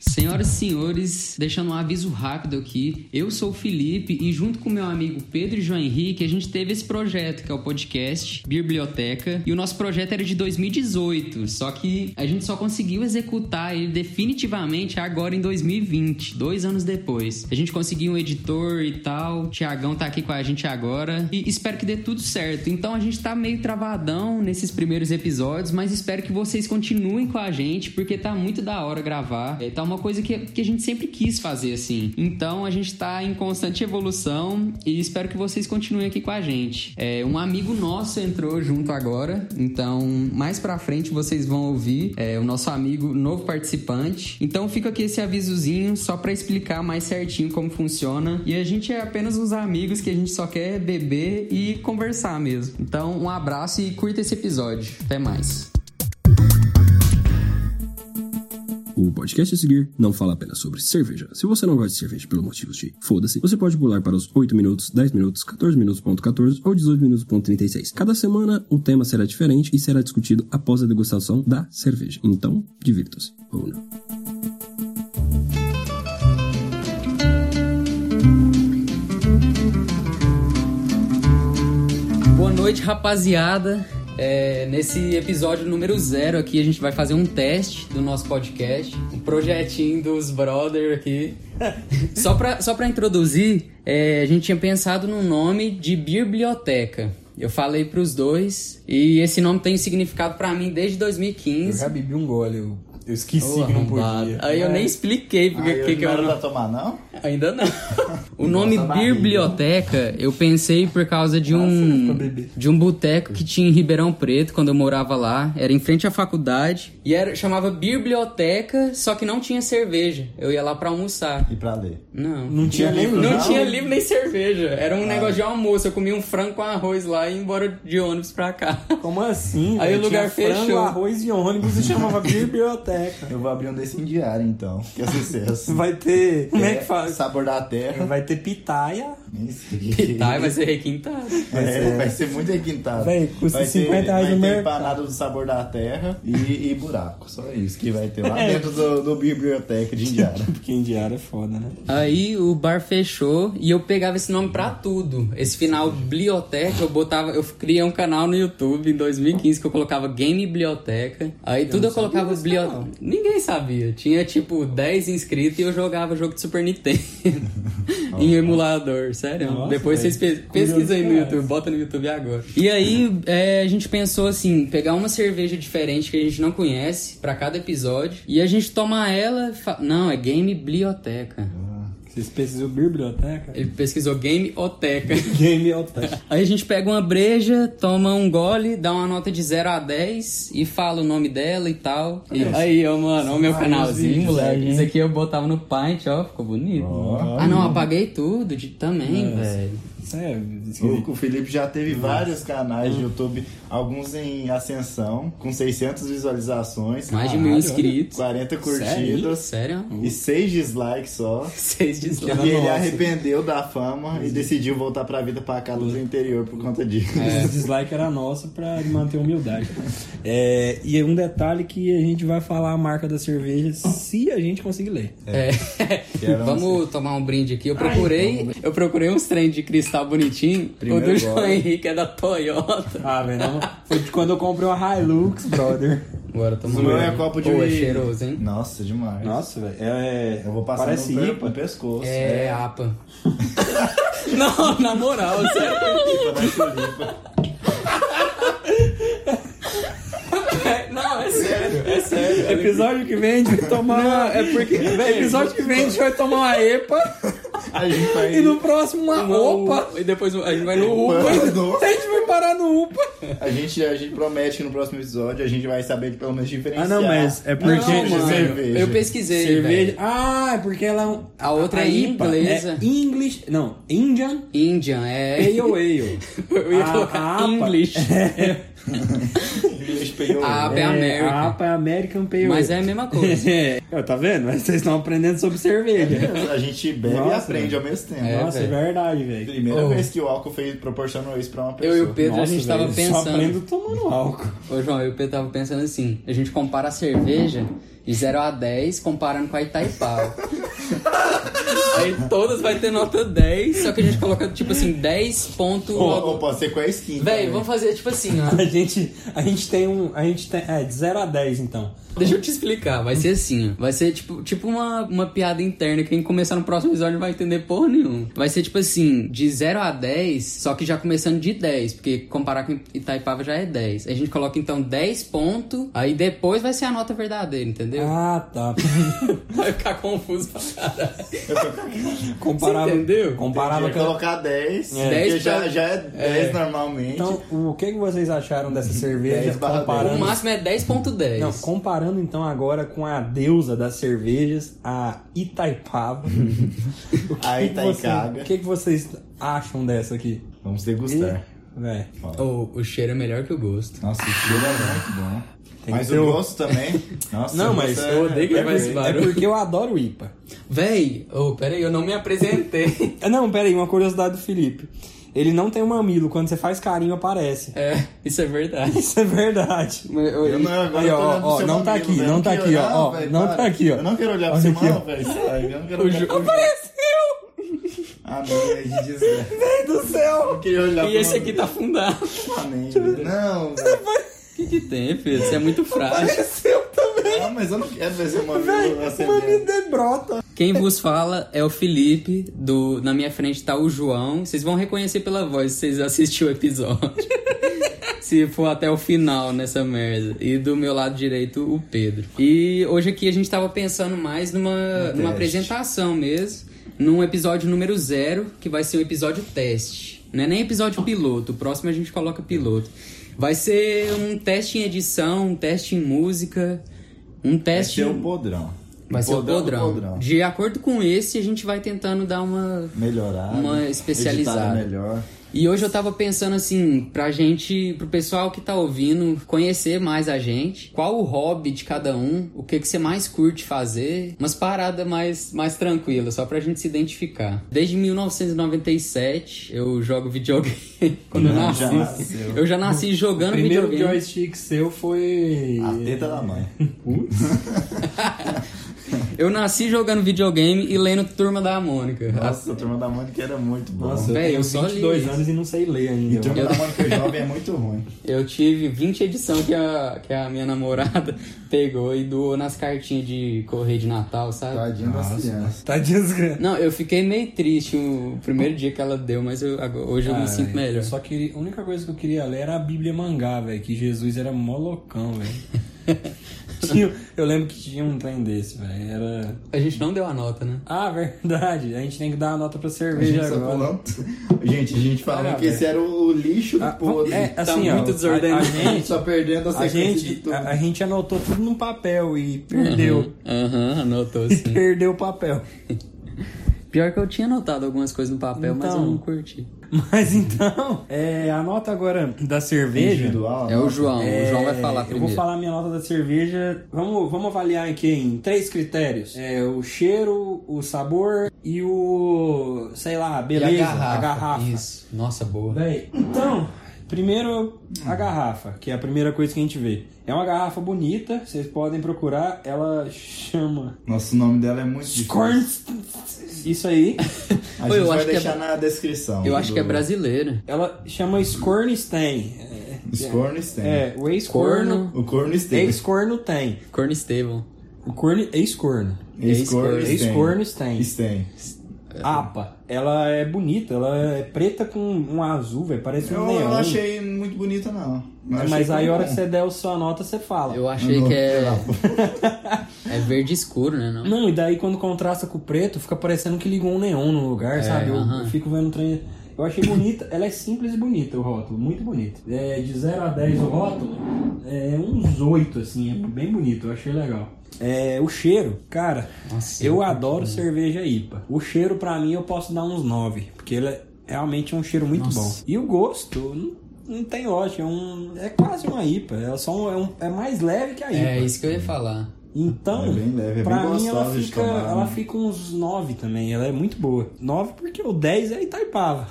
Senhoras e senhores, deixando um aviso rápido aqui, eu sou o Felipe e junto com meu amigo Pedro e João Henrique, a gente teve esse projeto, que é o podcast Biblioteca, e o nosso projeto era de 2018, só que a gente só conseguiu executar ele definitivamente agora em 2020, dois anos depois. A gente conseguiu um editor e tal, o Tiagão tá aqui com a gente agora, e espero que dê tudo certo. Então a gente tá meio travadão nesses primeiros episódios, mas espero que vocês continuem com a gente, porque tá muito da hora gravar, é, tá uma uma coisa que, que a gente sempre quis fazer assim. Então a gente tá em constante evolução e espero que vocês continuem aqui com a gente. É, um amigo nosso entrou junto agora, então mais pra frente vocês vão ouvir é, o nosso amigo, novo participante. Então fica aqui esse avisozinho só pra explicar mais certinho como funciona. E a gente é apenas uns amigos que a gente só quer beber e conversar mesmo. Então um abraço e curta esse episódio. Até mais. O podcast a seguir não fala apenas sobre cerveja. Se você não gosta de cerveja pelo motivo de foda-se, você pode pular para os 8 minutos, 10 minutos, 14 minutos.14 14, ou 18 minutos.36. Cada semana o tema será diferente e será discutido após a degustação da cerveja. Então, divirta-se ou não. Boa noite, rapaziada. É, nesse episódio número zero aqui, a gente vai fazer um teste do nosso podcast, um projetinho dos brother aqui. só, pra, só pra introduzir, é, a gente tinha pensado num nome de biblioteca. Eu falei pros dois e esse nome tem significado pra mim desde Eu 2015. já bebi um gole, eu, eu esqueci Ô, que não arrombado. podia. Aí eu nem expliquei porque É. Aí, que, que não eu era não... pra tomar, não? Ainda não. O nome Nossa, barriga. Ah, biblioteca eu pensei por causa de um de um boteco que tinha em Ribeirão Preto quando eu morava lá, era em frente à faculdade e era chamava biblioteca, só que não tinha cerveja. Eu ia lá pra almoçar. E pra ler. Não. Não tinha livro, Não não? né? tinha livro nem cerveja. Era Ah. um negócio de almoço. Eu comia um frango com arroz lá e ia embora de ônibus pra cá. Como assim? Aí velho? o lugar Tinha frango, fechou. arroz e ônibus e chamava biblioteca. Eu vou abrir um desse em diário, então. Que é sucesso. Vai ter... Como é que faz? Sabor da terra. Vai ter pitaia. Nem sei. Tá, e vai ser requintado. É, vai ser muito requintado. Véi, custa 50 reais vai no ter mercado. empanada do sabor da terra e, e buraco. Só isso que vai ter lá É. dentro do, do biblioteca de Indiara. Porque em diário é foda, né? Aí o bar fechou e eu pegava esse nome pra tudo. Esse final biblioteca, eu botava, eu criei um canal no YouTube em 2015 que eu colocava game biblioteca. Aí tudo eu colocava biblioteca. Ninguém sabia. Tinha tipo 10 inscritos e eu jogava jogo de Super Nintendo em emulador, sério. Nossa, Depois velho. vocês pe- pesquisam aí no YouTube, bota no YouTube agora. E aí é, a gente pensou assim, pegar uma cerveja diferente que a gente não conhece pra cada episódio e a gente tomar ela, e fa- não, é game biblioteca. Vocês precisam biblioteca? Ele pesquisou game oteca. Gameoteca. Aí a gente pega uma breja, toma um gole, dá uma nota de 0 a 10 e fala o nome dela e tal. E aí, ó, mano, ó o meu canalzinho, vídeos, moleque. hein? Isso aqui eu botava no Paint, ó, ficou bonito. Ah, não, apaguei tudo de- também, velho. Isso é... esquisito. O, o Felipe já teve vários canais de YouTube, alguns em ascensão, com 600 visualizações, Mais de mil Caralho, inscritos. 40 Sério? curtidas Sério? e 6 dislikes só. Seis E desliga. ele nossa. arrependeu da fama e decidiu voltar pra vida pacata do interior por conta disso. Esse dislike era nosso pra manter a humildade. É, e um detalhe que a gente vai falar a marca da cerveja se a gente conseguir ler. É. Quero Vamos tomar um brinde aqui. Eu procurei, eu procurei uns trem de cristal bonitinho. Primeiro o do gole. João Henrique é da Toyota. Ah, velho, não. Foi de quando eu comprei uma Hilux, brother. Agora toma O meu é copo de Pô, é cheiroso, hein? Nossa, demais. Nossa, velho. É, Eu vou passar Parece no, pe- IPA. no pescoço. É, apa. não, na moral, sério. É, Não, é sério, é sério. Episódio que vem a gente vai tomar uma. É porque. Véi, episódio que vem a gente vai tomar uma EPA A gente vai... e no próximo uma Não, OPA. E depois a gente vai no Mano, UPA. nossa. A gente vai parar no UPA. a, gente, a gente promete que no próximo episódio a gente vai saber que pelo menos diferenciar. é Não, mano, cerveja. eu pesquisei, Cerveja. velho. Ah, é porque ela é um. A outra é IPA inglesa. É English. Não, Indian Indian, é... Ale Ale. Eu ia A- a colocar apa. English. English pegou. Ah, É, American. A APA é American Pale Ale. Mas é a mesma coisa. É. Ó, Tá vendo? Mas vocês estão aprendendo sobre cerveja. A gente bebe e Nossa, aprende velho. ao mesmo tempo. É. É, Nossa, é velho. verdade, velho. Primeira Oh. vez que o álcool fez, proporcionou isso pra uma pessoa. Eu e o Pedro, a gente Nossa, tava velho, Só pensando... aprendo tomando álcool. Ô, João, eu e o Pedro tava pensando assim, a gente compara a cerveja De 0 a 10, comparando com a Itaipava. Aí todas vai ter nota 10, só que a gente coloca, tipo assim, 10 pontos... Ou, ou pode ser com a skin. Véi, também. vamos fazer, tipo assim, ó. A gente, a gente tem um. A gente tem. É, de 0 a 10, então. Deixa eu te explicar, vai ser assim, ó. Vai ser tipo, tipo uma, uma piada interna. Quem começar no próximo episódio não vai entender porra nenhuma. Vai ser tipo assim, de 0 a 10, só que já começando de 10, porque comparar com Itaipava já é 10. A gente coloca então 10 pontos, aí depois vai ser a nota verdadeira, entendeu? Ah, tá. Vai ficar confuso pra caralho. Comparava, Você entendeu? Comparava Entendi, com a- colocar 10, É. porque 10 já, pra- já é 10 normalmente. Então, o que, que vocês acharam dessa cerveja 10 barra O comparando? máximo é 10.10. Não, comparando então agora com a deusa das cervejas, a Itaipava. O que A que você- Itaicaga. O que, que vocês acham dessa aqui? Vamos degustar. Véi. O, o cheiro é melhor que o gosto. Nossa, o cheiro é muito bom. Tem mas que ter o o- gosto também. Nossa, Não, o mas gosto eu odeio que é faz esse perfeito. barulho. É porque eu adoro IPA. Véi, oh, pera aí, eu não me apresentei. Ah, Não, pera aí, uma curiosidade do Felipe. Ele não tem um mamilo, quando você faz carinho aparece. É, isso é verdade. Isso é verdade. Eu não, agora Aí, eu tô ó, olhando pro ó, seu não tá mamilo, aqui, velho. não Eu tá quero aqui, ó, olhar, ó, velho, não para. tá aqui, ó. Eu não quero olhar Olha pro seu aqui, mano, ó. velho. sabe? Eu não quero olhar pro Ah, não, é de dizer. Meu Deus do céu! Eu queria olhar E esse aqui tá afundado. Flamengo. Não, velho. O que, que tem, filho? Você é muito frágil. Apareceu também, Ah, mas eu não quero ver seu velho! mamilo O mamilo acender. dele brota. Quem vos fala é o Felipe, do na minha frente tá o João. Vocês vão reconhecer pela voz se vocês assistiram o episódio. se for até o final nessa merda. E do meu lado direito, o Pedro. E hoje aqui a gente tava pensando mais numa, numa teste. apresentação mesmo, num episódio número zero, que vai ser um episódio teste. Não é nem episódio piloto, o próximo a gente coloca piloto. Vai ser um teste em edição, um teste em música, um teste. Esse é o podrão. Vai ser o Podrão do podrão. De acordo com esse, a gente vai tentando dar uma. Melhorado. Uma especializada. editado né? melhor. E hoje eu tava pensando assim, pra gente, pro pessoal que tá ouvindo, conhecer mais a gente. Qual o hobby de cada um? O que que você mais curte fazer? Umas paradas mais, mais tranquilas, só pra gente se identificar. Desde 1997 eu jogo videogame. Quando eu Não, nasci. já nasceu. Eu já nasci jogando Primeiro videogame. joystick seu foi. A teta da mãe. Eu nasci jogando videogame e lendo Turma da Mônica. Nossa, a turma da Mônica era muito bom. Nossa, Véi, eu eu só tenho li 22 isso. anos e não sei ler ainda. a turma da Mônica jovem é muito ruim. Eu tive 20 edição que a, que a minha namorada pegou e doou nas cartinhas de correio de Natal, sabe? Tadinho das crianças. Tá desgraçado. Não, eu fiquei meio triste o primeiro dia que ela deu, mas eu, agora- hoje eu me sinto melhor. Ah, é, Só que a única coisa que eu queria ler era a Bíblia mangá, velho. Que Jesus era molocão, velho. Tinha- eu lembro que tinha um trem desse, velho. Era. A gente não deu a nota, né? Ah, verdade. A gente tem que dar a nota pra A gente cerveja só agora. falando. Gente, a gente falando Ah, que esse era o o lixo do Ah, podre. é, tá assim, ó, muito a- desordenado. A, A gente gente, só perdendo a a, sequência de gente, tudo. a, a gente anotou tudo num papel e perdeu. Aham, anotou E Uhum. sim. perdeu o papel. Pior que eu tinha anotado algumas coisas no papel, mas eu Então. não curti. Mas então, é, a nota agora da cerveja. Individual, É o nossa. João, É, o João vai falar Eu primeiro. vou falar minha nota da cerveja. Vamos, vamos avaliar aqui em três critérios: é, o cheiro, o sabor e o. sei lá, E a a beleza, garrafa. Isso, nossa, boa. Véi, então, primeiro a garrafa, que é a primeira coisa que a gente vê. É uma garrafa bonita, vocês podem procurar. Ela chama. Nosso nome dela é muito difícil. Korns. Isso aí. A Pô, gente eu vai acho que é- deixar na descrição. Eu acho que é brasileira. Ela chama Skornstein. É, Os cornos tem. É, o ex-corno. O corno tem. Ex-corno tem. Corno Estevão. O corno, é ex-corno. Ex-corno é tem. Ex-corno tem. Tem. Apa. Ah, Ela é bonita, ela é preta com um azul, velho. Parece Eu um não neon. achei muito bonita, não. Eu achei Mas aí a hora bom. que você der a sua nota, você fala. Eu achei Não, que é. não. É verde escuro, né? Não? Não, e daí quando contrasta com o preto, fica parecendo que ligou um neon no lugar, sabe? Eu, É, aham. eu fico vendo o trem. Eu achei bonita, ela é simples e bonita o rótulo, muito bonito. É, de 0 a 10 o rótulo, é uns 8, assim, é bem bonito, eu achei legal. É, o cheiro, cara, Nossa, eu adoro cerveja IPA. O cheiro, pra mim, eu posso dar uns 9, porque ele é realmente é um cheiro muito bom. E o gosto, não, não tem lógica, é, um, é quase uma IPA, é, só um- é, um- é mais leve que a IPA. É isso que eu ia falar. Então, É bem leve, é pra bem mim ela gostosa de fica, tomar, ela né? fica uns 9 também, ela é muito boa. 9 porque o 10 é Itaipava.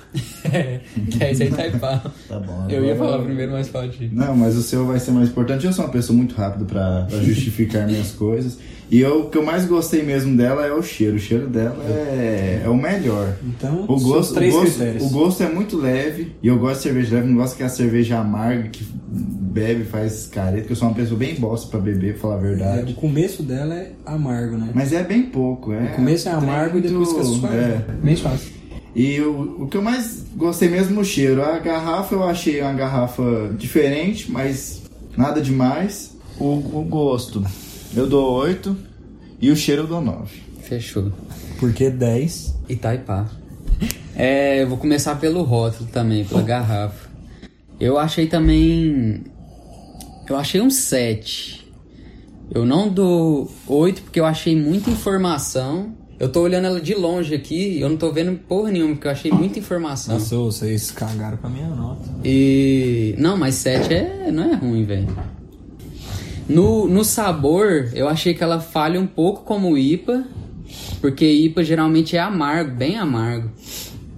É, que aí você taipava. Tá bom. Eu ia agora- falar primeiro, mas fala de. Não, mas o seu vai ser mais importante. Eu sou uma pessoa muito rápida pra pra justificar minhas coisas. E eu, o que eu mais gostei mesmo dela é o cheiro. O cheiro dela é, é o melhor. Então, O são gosto, três o, gosto, critérios. o gosto é muito leve e eu gosto de cerveja leve, não gosto que é a cerveja amarga que bebe, faz careta, que eu sou uma pessoa bem bosta pra beber, pra falar a É, verdade. o começo dela é amargo, né? Mas é bem pouco, é. o começo é amargo e Tem depois fica muito- suave. é. Bem fácil. E o, o que eu mais gostei mesmo o cheiro. A garrafa eu achei uma garrafa diferente, mas nada demais. O, o gosto eu dou 8 e o cheiro eu dou 9. Fechou. Porque 10. Itaipá. É, eu vou começar pelo rótulo também, pela garrafa. Eu achei também. Eu achei um 7. Eu não dou 8 porque eu achei muita informação. Eu tô olhando ela de longe aqui, eu não tô vendo porra nenhuma, porque eu achei muita informação. Nossa, ô, vocês cagaram com a minha nota. E. Não, mas 7 é, não é ruim, velho. No, no sabor, eu achei que ela falha um pouco como IPA, porque IPA geralmente é amargo, bem amargo.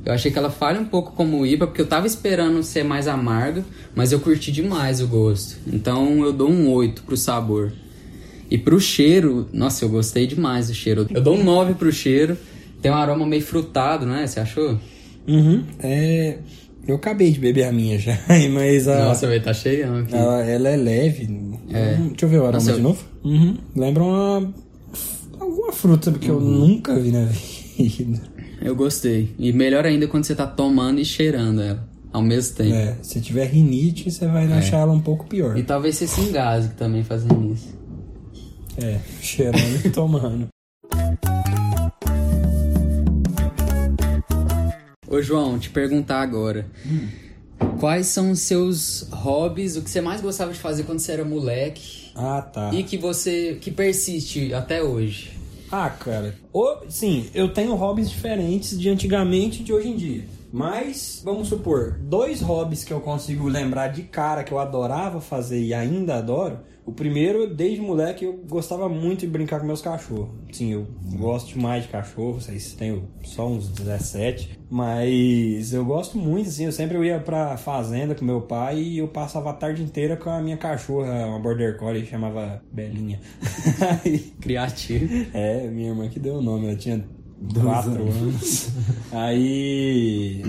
Eu achei que ela falha um pouco como IPA, porque eu tava esperando ser mais amargo, mas eu curti demais o gosto. Então eu dou um 8 pro sabor. E pro cheiro, nossa, eu gostei demais do cheiro. Eu dou um 9 pro cheiro. Tem um aroma meio frutado, né? Você achou? Uhum. É, eu acabei de beber a minha já, mas a, Nossa, velho, tá cheião aqui. ela, ela é leve. Hum, Deixa eu ver o aroma Nossa, de eu- novo. Uhum. Lembra uma. Alguma fruta que eu nunca vi na vida. Eu gostei. E melhor ainda quando você tá tomando e cheirando ela ao mesmo tempo. É, se tiver rinite, você vai achar ela um pouco pior. É. E talvez você se engasgue também fazendo isso. É, cheirando e tomando. Ô João, te perguntar agora. Quais são os seus hobbies, o que você mais gostava de fazer quando você era moleque Ah, tá. e que você que persiste até hoje? Ah, cara. O- sim, eu tenho hobbies diferentes de antigamente e de hoje em dia. Mas, vamos supor, dois hobbies que eu consigo lembrar de cara que eu adorava fazer e ainda adoro. O primeiro, desde moleque, eu gostava muito de brincar com meus cachorros. Sim, eu gosto demais de cachorro, vocês tenho só uns 17. Mas eu gosto muito, assim, eu sempre eu ia pra fazenda com meu pai e eu passava a tarde inteira com a minha cachorra, uma border collie, chamava Belinha. Aí- Criativo. é, minha irmã que deu o nome, ela tinha quatro anos. Aí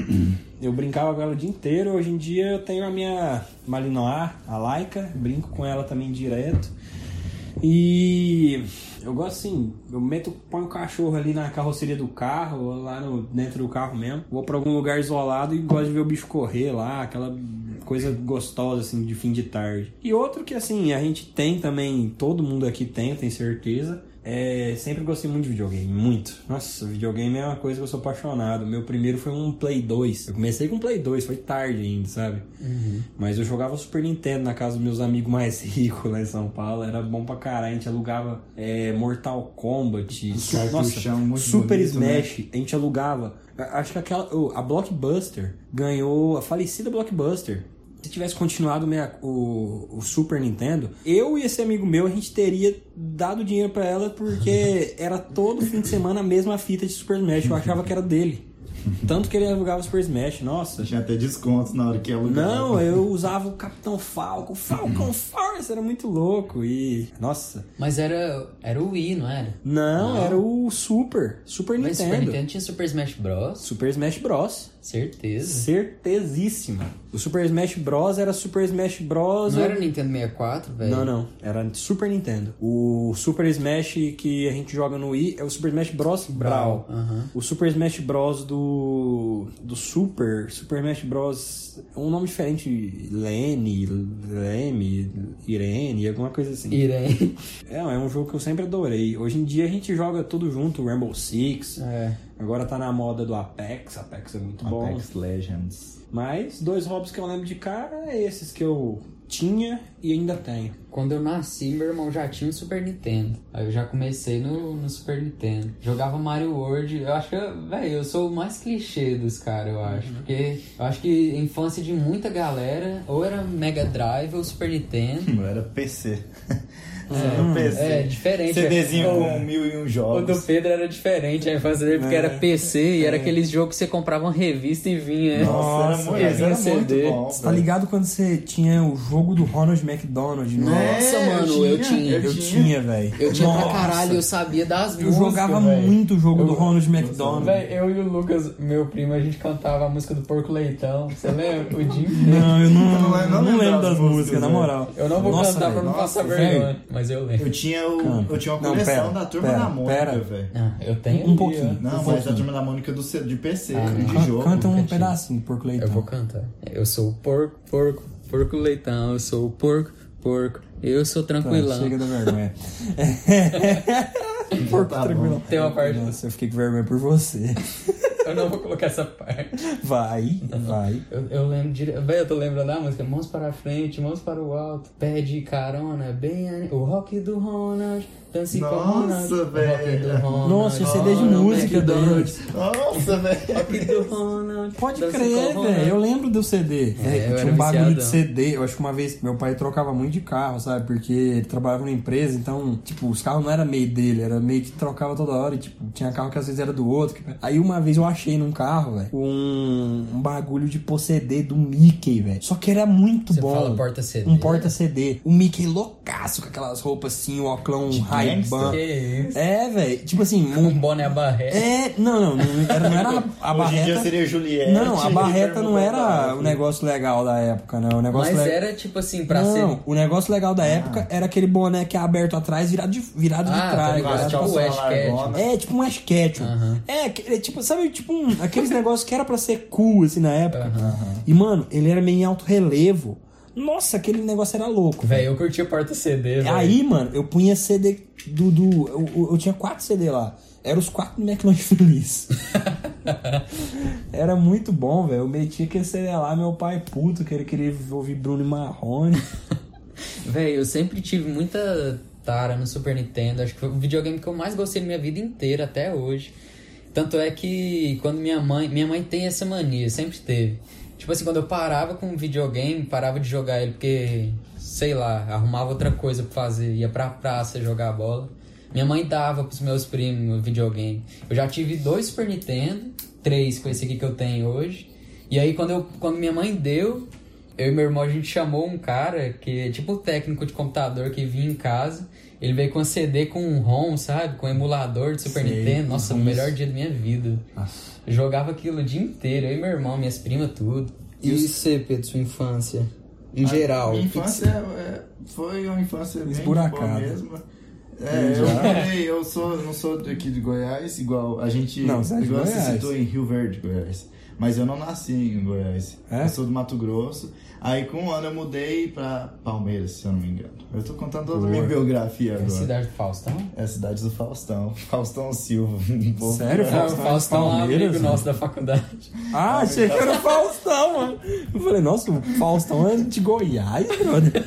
eu brincava com ela o dia inteiro. Hoje em dia eu tenho a minha Malinois, a Laika, brinco com ela também direto. E eu gosto assim, eu meto, ponho o cachorro ali na carroceria do carro, ou lá no, dentro do carro mesmo. Vou pra algum lugar isolado e gosto de ver o bicho correr lá, aquela coisa gostosa assim de fim de tarde. E outro que assim, a gente tem também, todo mundo aqui tem, eu tenho certeza. É, sempre gostei muito de videogame, muito. Nossa, videogame é uma coisa que eu sou apaixonado. Meu primeiro foi um Play 2. Eu comecei com Play 2, foi tarde ainda, sabe? Uhum. Mas eu jogava Super Nintendo na casa dos meus amigos mais ricos lá em São Paulo. Era bom pra caralho. A gente alugava é, Mortal Kombat, Nossa, cartuchão muito Super bonito, né? Smash. A gente alugava. A- Acho que aquela. oh, a Blockbuster ganhou. A falecida Blockbuster. Se tivesse continuado o meia- o, o Super Nintendo, eu e esse amigo meu, a gente teria dado dinheiro pra ela porque era todo fim de semana a mesma fita de Super Smash. Eu achava que era dele. Tanto que ele alugava Super Smash. Nossa, Tinha até desconto na hora que é alugava. não, eu usava o Capitão Falco. Uhum. Falcon Force era muito louco e. Nossa. Mas era era o Wii, não era? Não, era o Super. Super Mas Nintendo. Super Nintendo tinha Super Smash Bros, Super Smash Bros. certeza. Certezíssima. O Super Smash Bros era Super Smash Bros. Não era o Nintendo 64, velho? Não, não. Era Super Nintendo. O Super Smash que a gente joga no Wii é o Super Smash Bros. Brawl. Aham. O Super Smash Bros. do. do Super. Super Smash Bros. é um nome diferente. Lene, Leme, Irene, alguma coisa assim. Irei. É, é um jogo que eu sempre adorei. Hoje em dia a gente joga tudo junto, Rainbow Six. É. Agora tá na moda do Apex, Apex é muito bom. Apex Legends. Mas dois hobbies que eu lembro de cara é esses que eu tinha e ainda tenho. Quando eu nasci, meu irmão já tinha um Super Nintendo. Aí eu já comecei no, no Super Nintendo. Jogava Mario World. Eu acho que, velho, eu sou o mais clichê dos caras, eu acho. Porque eu acho que a infância de muita galera, ou era Mega Drive ou Super Nintendo. Eu era PC. Eu pensei. É, diferente. CDzinho é. com mil e um O do jogos. Pedro era diferente, a infância dele, porque era PC e era aqueles jogos que você comprava uma revista e vinha. Nossa, vinha mas era muito CD. bom. Tá ligado quando você tinha o jogo do Ronald McDonald? no- É, Nossa, mano, Né? eu tinha. Eu tinha, velho. Eu tinha pra Nossa. caralho, eu sabia das Eu jogava véi. muito o jogo do Ronald McDonald. Véi, eu e o Lucas, meu primo, a gente cantava a música do Porco Leitão. Você lembra? O dia inteiro. Não, eu não, Não, eu não não lembro lembro das das músicas, músicas, na velho. moral. Eu não vou Nossa, cantar pra velho. não passar nossa, vergonha, mas eu lembro. Eu tinha, o, Cara, eu tinha uma não, coleção pera, da Turma pera, da Mônica, pera. velho. Ah, eu tenho. Um ali, pouquinho. ó. Não, Vou- mas da Turma da Mônica do, C- de PC, de Can- jogo. Canta um Catinho. pedacinho, porco Eu leitão. vou cantar. Eu sou o porco, porco, porco leitão. Eu sou o porco, porco. Eu sou Tá, tranquilão. chega da vergonha. porco Tá bom. tranquilo. Tem uma parte. Nossa, eu fiquei com vergonha por você. Eu não vou colocar essa parte. Vai, vai. Eu, eu lembro direto. Véi, eu tô lembrando da música. Mãos para a frente, mãos para o alto. Pé de carona, bem. ani- O rock do Ronald. Dance com Nossa, Ronald. o rock velho. do Ronald. Nossa, o CD de música Ronald. deles. Nossa, velho. Rock do Ronald. Pode dance crer, com velho. Eu Ronald. lembro do CD. Véi, É, eu era tinha um bagulho viciadão. de CD. Eu acho que uma vez meu pai trocava muito de carro, sabe? Porque ele trabalhava numa empresa, então, tipo, os carros não eram meio dele, era meio que trocava toda hora. E, tipo, tinha carro que às vezes era do outro. que- Aí uma vez eu achei num carro, velho, um, um bagulho de pôr CD do Mickey, velho. Só que era muito Você bom. fala porta-CD? Um porta-CD. O Mickey loucaço com aquelas roupas assim, o óculão Ray-Ban. Que isso? É, velho. Tipo assim, Um um. boné a barreta. É, não, não, não era, não era a Hoje em barreta. dia seria Juliette. Não, a barreta não era o Não, negócio legal da época, né? O negócio Mas le- era tipo assim, pra não, ser. o negócio legal Ah. da época era aquele boné que é aberto atrás, virado de, virado Ah, de tá trás. ligado, virado tipo pra o cima. Ash Ketchum. largona. É, tipo um Ash Ketchum. É, que- é, tipo, sabe, tipo um, aqueles negócios que era pra ser cool, assim, na época. E, mano, ele era meio em alto relevo. Nossa, aquele negócio era louco. Véi, eu curti o porta-CD, velho. Aí, mano, eu punha CD do. do- eu, eu- eu tinha quatro CD lá. Era os quatro do McLanche Feliz. Era muito bom, velho. Eu metia aquele CD lá, meu pai puto, que ele queria ouvir Bruno e Marrone. Véi, eu sempre tive muita tara no Super Nintendo. Acho que foi o videogame que eu mais gostei da minha vida inteira até hoje. Tanto é que quando minha mãe. Minha mãe tem essa mania, sempre teve. Tipo assim, quando eu parava com o videogame, parava de jogar ele porque, sei lá, arrumava outra coisa pra fazer, ia pra praça jogar bola. Minha mãe dava pros meus primos videogame. Eu já tive dois Super Nintendo, três com esse aqui que eu tenho hoje. E aí quando, eu, quando minha mãe deu, eu e meu irmão, a gente chamou um cara que é tipo um técnico de computador que vinha em casa. Ele veio com a CD com um ROM, sabe? Com um emulador de Super Sei, Nintendo. Nossa, o ROMs. melhor dia da minha vida. Eu Jogava aquilo o dia inteiro, eu e meu irmão, minhas primas, tudo. Ah, E você, Pedro, sua infância? Em geral. Minha infância é, foi uma infância bem de boa Esburacada. mesmo. É, eu morei, eu sou, não sou daqui de Goiás, igual a gente. Não, você é de igual Goiás. se citou em Rio Verde, Goiás. Mas eu não nasci em Goiás. É? Eu sou do Mato Grosso. Aí com um ano eu mudei pra Palmeiras, se eu não me engano. Eu tô contando toda a minha biografia agora. Cidade do Faustão? É a cidade do Faustão. Faustão Silva. Sério, Ah, o Faustão? Faustão é um Palmeiras, amigo né? nosso da faculdade. Ah, achei que era o Faustão, mano. Eu falei, nossa, o Faustão é de Goiás, brother.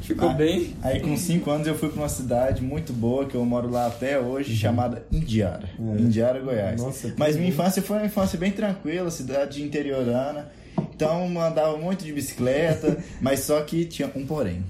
Ficou bem. Aí com 5 anos eu fui pra uma cidade muito boa, que eu moro lá até hoje, chamada Indiara. Indiara, Goiás. Uhum. É. Nossa, que Mas minha infância foi uma infância bem tranquila, cidade interiorana. Então eu andava muito de bicicleta, mas só que tinha um porém.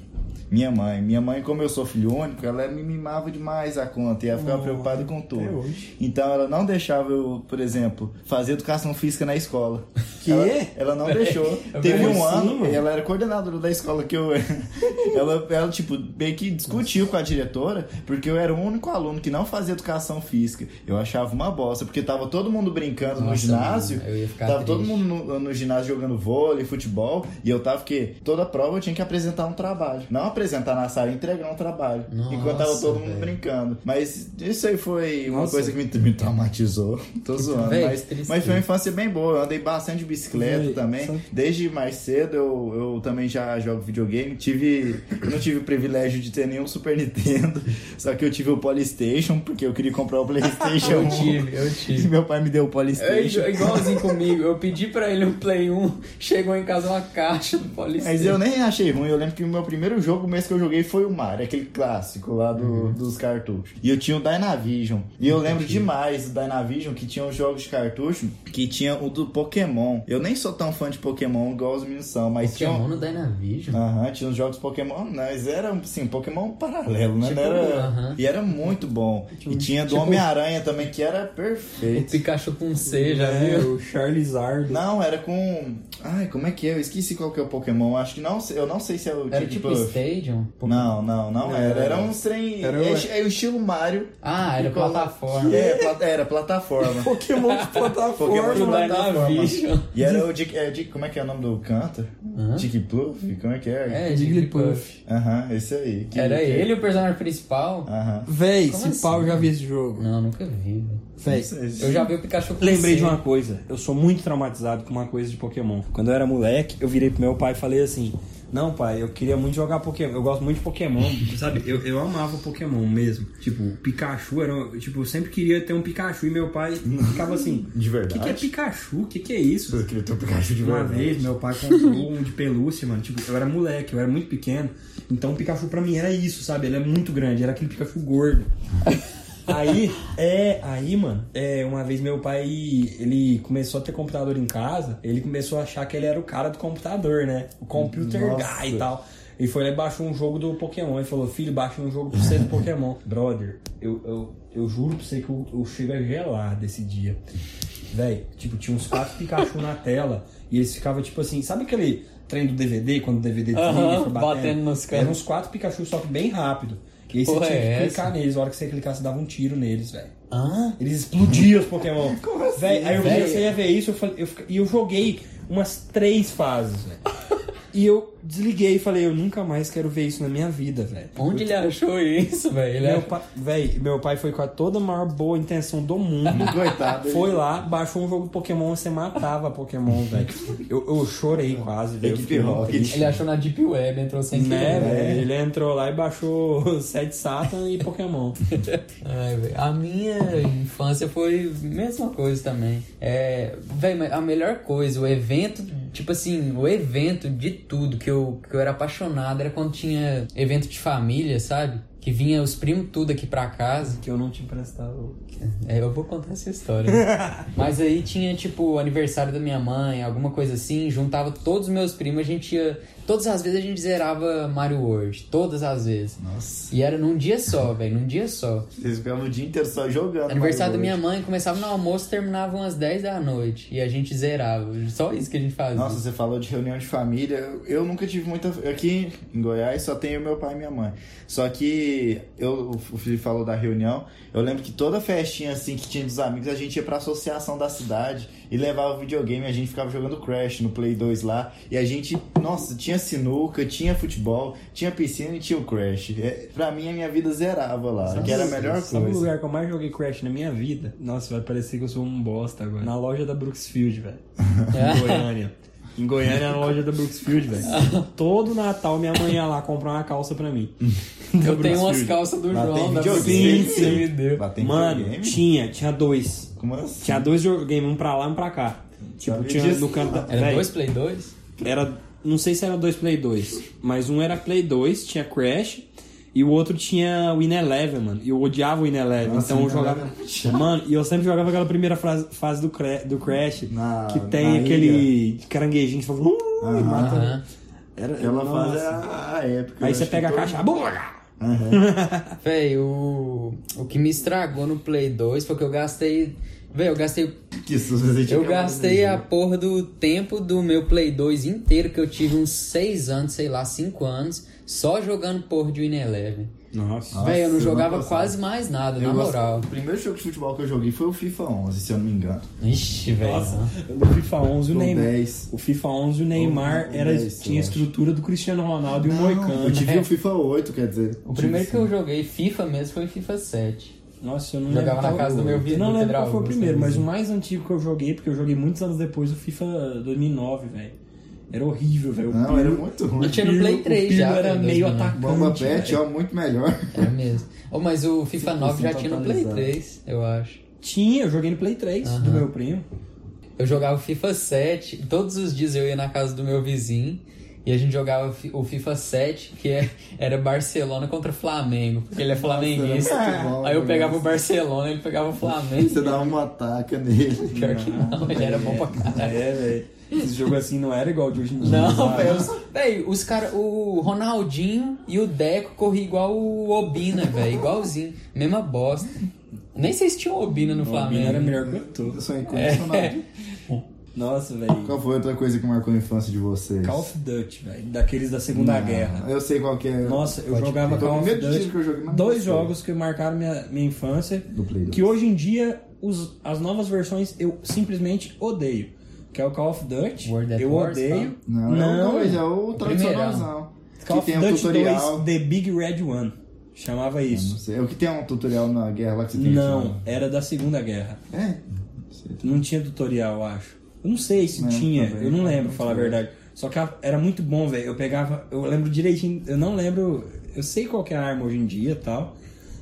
Minha mãe. Minha mãe, como eu sou filho único, ela me mimava demais a conta e ela ficava preocupada com tudo. até hoje. Então ela não deixava eu, por exemplo, fazer educação física na escola. Quê? Ela, ela não deixou. Teve Como um assim, ano, mano? ela era coordenadora da escola que eu. ela, ela, tipo, meio que discutiu com a diretora, porque eu era o único aluno que não fazia educação física. Eu achava uma bosta, porque tava todo mundo brincando no Nossa, ginásio. mano, eu ia ficar tava todo triste. mundo no, no ginásio jogando vôlei, futebol, e eu tava que toda prova eu tinha que apresentar um trabalho. Não apresentar na sala, entregar um trabalho. Nossa, enquanto tava todo mundo velho. brincando. Mas isso aí foi uma Nossa. coisa que me, me traumatizou. Tô zoando. Tipo, Véi, mas, que tristeza. mas foi uma infância bem boa. Eu andei bastante de bicicleta Véi, também. sabe- Desde mais cedo eu, eu também já jogo videogame. Tive, eu não tive o privilégio de ter nenhum Super Nintendo, só que eu tive o Polystation, porque eu queria comprar o Playstation. Eu 1. tive, eu E tive. meu pai me deu o É Polystation. igualzinho comigo, eu pedi pra ele um Play 1, chegou em casa uma caixa do Polystation. Mas eu nem achei ruim. Eu lembro que o meu primeiro jogo mesmo que eu joguei foi o Mario, aquele clássico lá do- Uhum. dos cartuchos. E eu tinha o Dynavision. E eu lembro demais do Dynavision que tinha os jogos de cartucho que tinha o do Pokémon. Pokémon. Eu nem sou tão fã de Pokémon igual os meninos são, mas tinha, Pokémon um- no Dynavision. Aham, tinha uns jogos Pokémon, mas era assim, Pokémon paralelo, né? Tipo, era, aham. E era muito bom. E tinha do tipo- Homem-Aranha também, que era O perfeito. Pikachu com C, já É, viu? o Charizard. Não, era com. Ai, como é que é? Eu esqueci qual que é o Pokémon. Acho que não. Eu não sei se é o Era Jigglypuff. tipo Stadium? Não, não, não era. Era um trem. Era Era o- é, é o estilo Mario. Ah, era Nicolas. plataforma. É, pla- era plataforma. Pokémon de Pokémon de plataforma. Dynavision. E era o Dick. É, Dick como é que é o nome do canto? Hã? Dick Pluff? Como é que é? É, Jigglypuff. Aham, esse aí. Que- Era que- ele o personagem principal? Aham. Véi, Como esse assim? pau eu já vi esse jogo. Não, nunca vi. velho. Véi. Eu já vi o Pikachu com Lembrei C. de uma coisa, eu sou muito traumatizado com uma coisa de Pokémon. Quando eu era moleque, eu virei pro meu pai e falei assim: Não, pai, eu queria muito jogar Pokémon. Eu gosto muito de Pokémon, sabe? Eu, eu amava Pokémon mesmo. Tipo, Pikachu era. um- Tipo, eu sempre queria ter um Pikachu e meu pai ficava assim: De O que, verdade. que é Pikachu? O que, que é isso? Eu queria ter um Pikachu de Uma verdade. vez meu pai comprou um de pelúcia, mano. Tipo, eu era moleque, eu era muito pequeno. Então o Pikachu pra mim era isso, sabe? Ele é muito grande, era aquele Pikachu gordo. Aí, é, aí, mano, é, uma vez meu pai, ele começou a ter computador em casa, ele começou a achar que ele era o cara do computador, né? O computer Nossa. guy e tal. E foi lá e baixou um jogo do Pokémon e falou, filho, baixa um jogo pra você do Pokémon. Brother, eu, eu, eu juro pra você que eu, eu chego a gelar desse dia. Véi, tipo, tinha uns quatro Pikachu na tela e eles ficavam, tipo assim, sabe aquele trem do DVD, quando o DVD desliga e Aham, foi batendo nos caras. Era uns quatro Pikachu, só que bem rápido. E aí você porra tinha é que essa? clicar neles, a hora que você clicar, você dava um tiro neles, velho. Hã? Eles explodiam os Pokémon. assim? Véi, aí eu Véi. comecei a ver isso eu falei- eu fica- e eu, joguei umas três fases, velho. E eu desliguei e falei, eu nunca mais quero ver isso na minha vida, velho. Onde ele achou isso, velho? Ele é- Meu, achou- pa... véi, meu pai foi com a toda a maior boa intenção do mundo. Coitado. ele- Foi lá, baixou um jogo Pokémon, você matava Pokémon, velho. Eu, eu chorei quase, velho. Eu Equipe fiquei muito Rocket. triste. Ele achou na Deep Web, entrou sem Né, querer. velho? Ele entrou lá e baixou Sete Satan e Pokémon. Ai, velho, a minha infância foi a mesma coisa também. É, velho, mas a melhor coisa, o evento, tipo assim, o evento de tudo que eu, que eu era apaixonado era quando tinha evento de família, sabe? Que vinha os primos tudo aqui pra casa. Que eu não te emprestava. o- É, eu vou contar essa história. né? Mas aí tinha, tipo, o aniversário da minha mãe, alguma coisa assim, juntava todos os meus primos, a gente ia. Todas as vezes a gente zerava Mario World. Todas as vezes. Nossa. E era num dia só, velho, num dia só. Vocês ficavam o dia inteiro só jogando. Aniversário da Mario minha World. mãe começava no almoço, terminava umas 10 da noite. E a gente zerava. Só isso que a gente fazia. Nossa, você falou de reunião de família. Eu- Eu nunca tive muita. Aqui em Goiás só tenho meu pai e minha mãe. Só que eu, o Felipe falou da reunião. Eu lembro que toda festinha assim que tinha dos amigos, a gente ia pra associação da cidade e levava videogame. A gente ficava jogando Crash no Play 2 lá. E a gente, nossa, tinha sinuca, tinha futebol, tinha piscina e tinha o Crash. É, pra mim, a minha vida zerava lá, que era a melhor um Sabe o coisa. lugar que eu mais joguei Crash na minha vida? Nossa, vai parecer que eu sou um bosta agora. Na loja da Brooksfield, velho. Em Goiânia. Em Goiânia, na loja da Brooksfield, velho. Todo Natal minha mãe ia lá comprar uma calça pra mim. eu tenho umas Brasil. calças do Lá João tem da videogame. Brooklyn que você me deu. Lá tem Mano, videogame? tinha, tinha dois. Como assim? Tinha dois videogames, um pra lá e um pra cá. Tipo, Sabia tinha disso? no canto da. Era véi, dois Play 2? era. Não sei se era dois Play 2, mas um era Play 2, tinha Crash, e o outro tinha Win Eleven, mano. E eu odiava o Win Eleven, Nossa, então eu Win jogava. Eleven Mano, e eu sempre jogava aquela primeira frase- fase do, Cra- do Crash, Na- que tem na aquele caranguejinho que fala. "Uh", e mata. Aham. Era, Aquela nossa. fase era a época. Aí eu você acho que pega a todo- caixa. "Bora!" Véi, o, o que me estragou no Play 2 foi que eu gastei. Véi, eu gastei. Que susto, você tinha Eu que acabar gastei a porra do tempo do meu Play 2 inteiro, que eu tive uns 6 anos, sei lá, 5 anos, só jogando porra de Win Eleven. Nossa. Véi, eu não eu não jogava gostava. quase mais nada, na Eu gosto- moral. O primeiro jogo de futebol que eu joguei foi o FIFA 11, se eu não me engano. Ixi, Ah, velho. O FIFA 11, o Ou Neymar. 10. O FIFA 11, o Neymar Ou- ou era, 10, tinha a eu acho. estrutura do Cristiano Ronaldo e o Moicano. né? Eu tive o FIFA 8, quer dizer. O primeiro que eu joguei FIFA mesmo foi FIFA 7. Nossa, eu não Jogava lembro na qual- casa do meu eu vizinho, Não lembro Pedro qual foi o Augusto, né? primeiro, meu mas o vizinho. mais antigo que eu joguei, porque eu joguei muitos anos depois, o FIFA 2009, velho. Era horrível, velho. O Não, era Pirlo- muito Eu ruim. tinha no Pirlo- Play 3 o Pirlo já, era velho, meio 2009. atacante. Bomba Pet, velho. ó, muito melhor. É mesmo. Oh, mas o FIFA 9 já sim, tinha no Play atualizado. 3, eu acho. Tinha, eu joguei no Play 3 do meu primo. Eu jogava FIFA 7, todos os dias eu ia na casa do meu vizinho E a gente jogava fi- o FIFA 7, que é- era Barcelona contra Flamengo, porque ele é flamenguista. era muito bom, Aí eu né? pegava o Barcelona, ele pegava o Flamengo. Você dava uma taca nele. Pior que não, ele era bom pra caralho. É, velho. Esse jogo assim não era igual de hoje em dia. Não, sabe? velho. os- Véi, os cara, o Ronaldinho e o Deco corriam igual o Obina, velho. Igualzinho. Mesma bosta. Nem sei se tinha o Obina no Flamengo. Era melhor que eu tô. Eu sou incondicionado. É. Nossa, velho. Qual foi outra coisa que marcou a infância de vocês? Call of Duty, velho. Daqueles da Segunda Guerra. Eu sei qual que é. Nossa, eu Pode jogava crer. Call of Primeiro Duty. time que eu joguei, mas não dois gostei. jogos que marcaram minha, minha infância. Do Play dois. Que hoje em dia, os- as novas versões eu simplesmente odeio. Que é o Call of Duty. World at eu War, tá? odeio. Não, não. é o dois, é o tradicionalzão. Call Que of tem um Duty tutorial. 2, The Big Red One. Chamava Não isso. sei. É o que tem um tutorial na guerra lá que você tem que Não, era da Segunda Guerra. falar. É? Não sei. Não tinha tutorial, eu acho. Eu não sei se Não, tinha, também, eu não cara, lembro, não falar a sei. verdade. Só que a- era muito bom, velho. Eu pegava, eu lembro direitinho, eu não lembro, eu sei qual que é a arma hoje em dia e tal,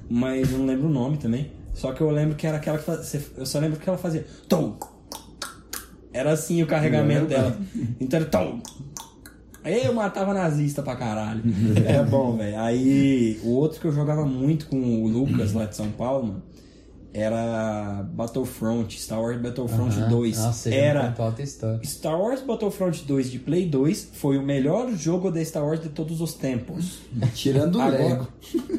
mas eu não lembro o nome também. Só que eu lembro que era aquela que fazia, eu só lembro que ela fazia tom. Era assim o carregamento dela. Então era tom. Aí eu matava nazista pra caralho. Era bom, velho. Aí o outro que eu jogava muito com o Lucas lá de São Paulo, mano, era Battlefront, Star Wars Battlefront Aham. 2. Ah, Nossa, ele um era contou outra história. Star Wars Battlefront 2 de Play 2 foi o melhor jogo da Star Wars de todos os tempos. Tirando o Ah, Lego.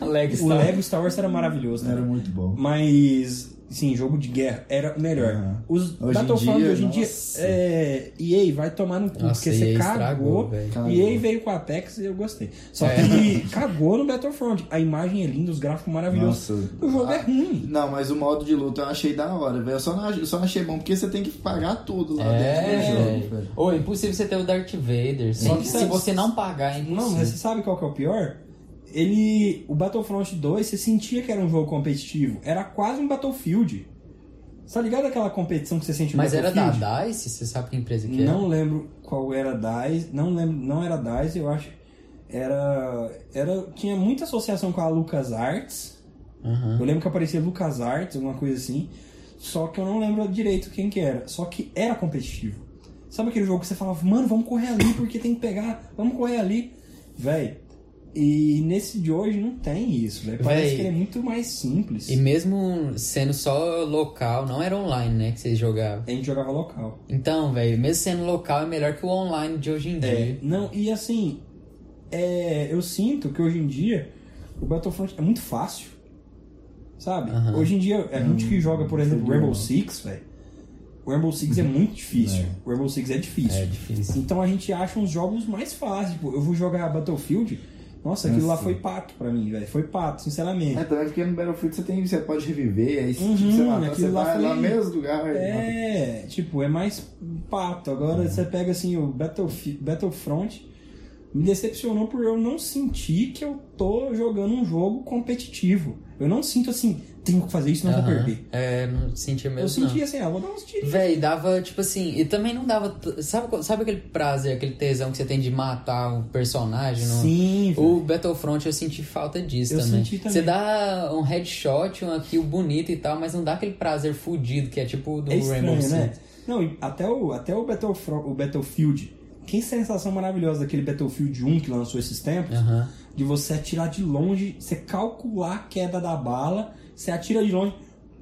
Leg O Lego Star Wars era maravilhoso, né? Era muito bom. Mas, sim, jogo de guerra era o melhor. Aham. Os Hoje em Battlefront dia, hoje em dia, nossa. é, EA vai tomar no cu, Nossa, porque você EA cagou. estragou, velho. Cagou. EA veio com a Apex e eu gostei. Só É. que cagou no Battlefront. A imagem é linda, os gráficos maravilhosos. Nossa. ah. O jogo é ruim. Não, mas o modo de luta eu achei da hora, velho. Eu só não, ach- só não achei bom porque você tem que pagar tudo lá dentro do É, jogo, velho. ou é impossível você ter o Darth Vader. Só que se sabe- você não pagar, é Não, impossível. mas você sabe qual que é o pior? Ele. O Battlefront 2, você sentia que era um jogo competitivo. Era quase um Battlefield. Você tá ligado aquela competição que você sente no Mas era da Battlefield? DICE? Você sabe que empresa que é? era? Não lembro qual era a DICE. Não lembro. Não era a DICE, eu acho. Era. Era. Tinha muita associação com a LucasArts. Aham. Eu lembro que aparecia LucasArts, alguma coisa assim. Só que eu não lembro direito quem que era. Só que era competitivo. Sabe aquele jogo que você falava, mano, vamos correr ali porque tem que pegar, vamos correr ali. Véi. E nesse de hoje não tem isso, velho. Parece Véi. que ele é muito mais simples. E mesmo sendo só local, não era online, né? Que vocês jogavam. A gente jogava local. Então, velho, mesmo sendo local, é melhor que o online de hoje É. em dia. Não, e assim, é, eu sinto que hoje em dia o Battlefront é muito fácil. Sabe? Aham. Hum, Hoje em dia, é a gente que joga, por exemplo, Rainbow Six, velho. O Rainbow Six é muito difícil. O Rainbow Six é difícil. Uhum. É difícil. Então a gente acha uns jogos mais fáceis. Tipo, eu vou jogar Battlefield. Nossa, aquilo lá foi pato pra mim, velho. Foi pato, É, sinceramente. também porque no Battlefield você, tem, você pode reviver, aí se Uhum, você matar, você aquilo lá vai foi- lá no mesmo lugar. né? mata. É, tipo, é mais pato. Uhum. Agora você pega assim o Battlefi- Battlefront. Me decepcionou por eu não sentir que eu tô jogando um jogo competitivo. Eu não sinto assim, tenho que fazer isso, não vou Aham. perder. É, não sentia mesmo. Eu não. senti assim, ah, vou dar uns tiros. Véi, dava, tipo assim, e também não dava. t- Sabe, qual- sabe aquele prazer, aquele tesão que você tem de matar um personagem? No... Sim, velho. O Battlefront eu senti falta disso Eu também. senti também. Você dá um headshot, um kill bonito e tal, mas não dá aquele prazer fudido que é tipo o do É estranho, Rainbow né? Six. Não, e até o, até o, Battlefront, o Battlefield. Que sensação maravilhosa daquele Battlefield 1 que lançou esses tempos. Aham. De você atirar de longe, você calcular a queda da bala, você atira de longe,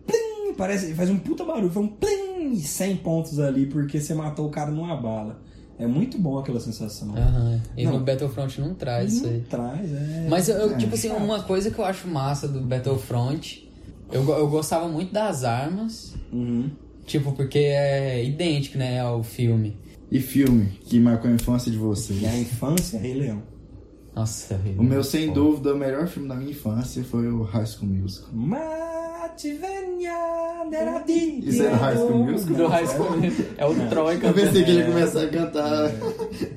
plim, parece, faz um puta barulho, faz um plim, e 100 pontos ali, porque você matou o cara numa bala. É muito bom aquela sensação. Aham. E Não. no Battlefront não traz É, isso aí. Não traz, é. Mas eu, eu, tipo assim, uma coisa que eu acho massa do Battlefront, eu, go- eu gostava muito das armas, Uhum. tipo, porque é idêntico, né, ao filme. E filme que marcou a infância de vocês? E a infância, Rei Leão. Nossa, velho. O meu, sem dúvida, o melhor filme da minha infância foi o High School Musical. Mate venha, neradi, Isso era High School Musical? do High School é o Troy Eu pensei que ele ia cantando. começar a cantar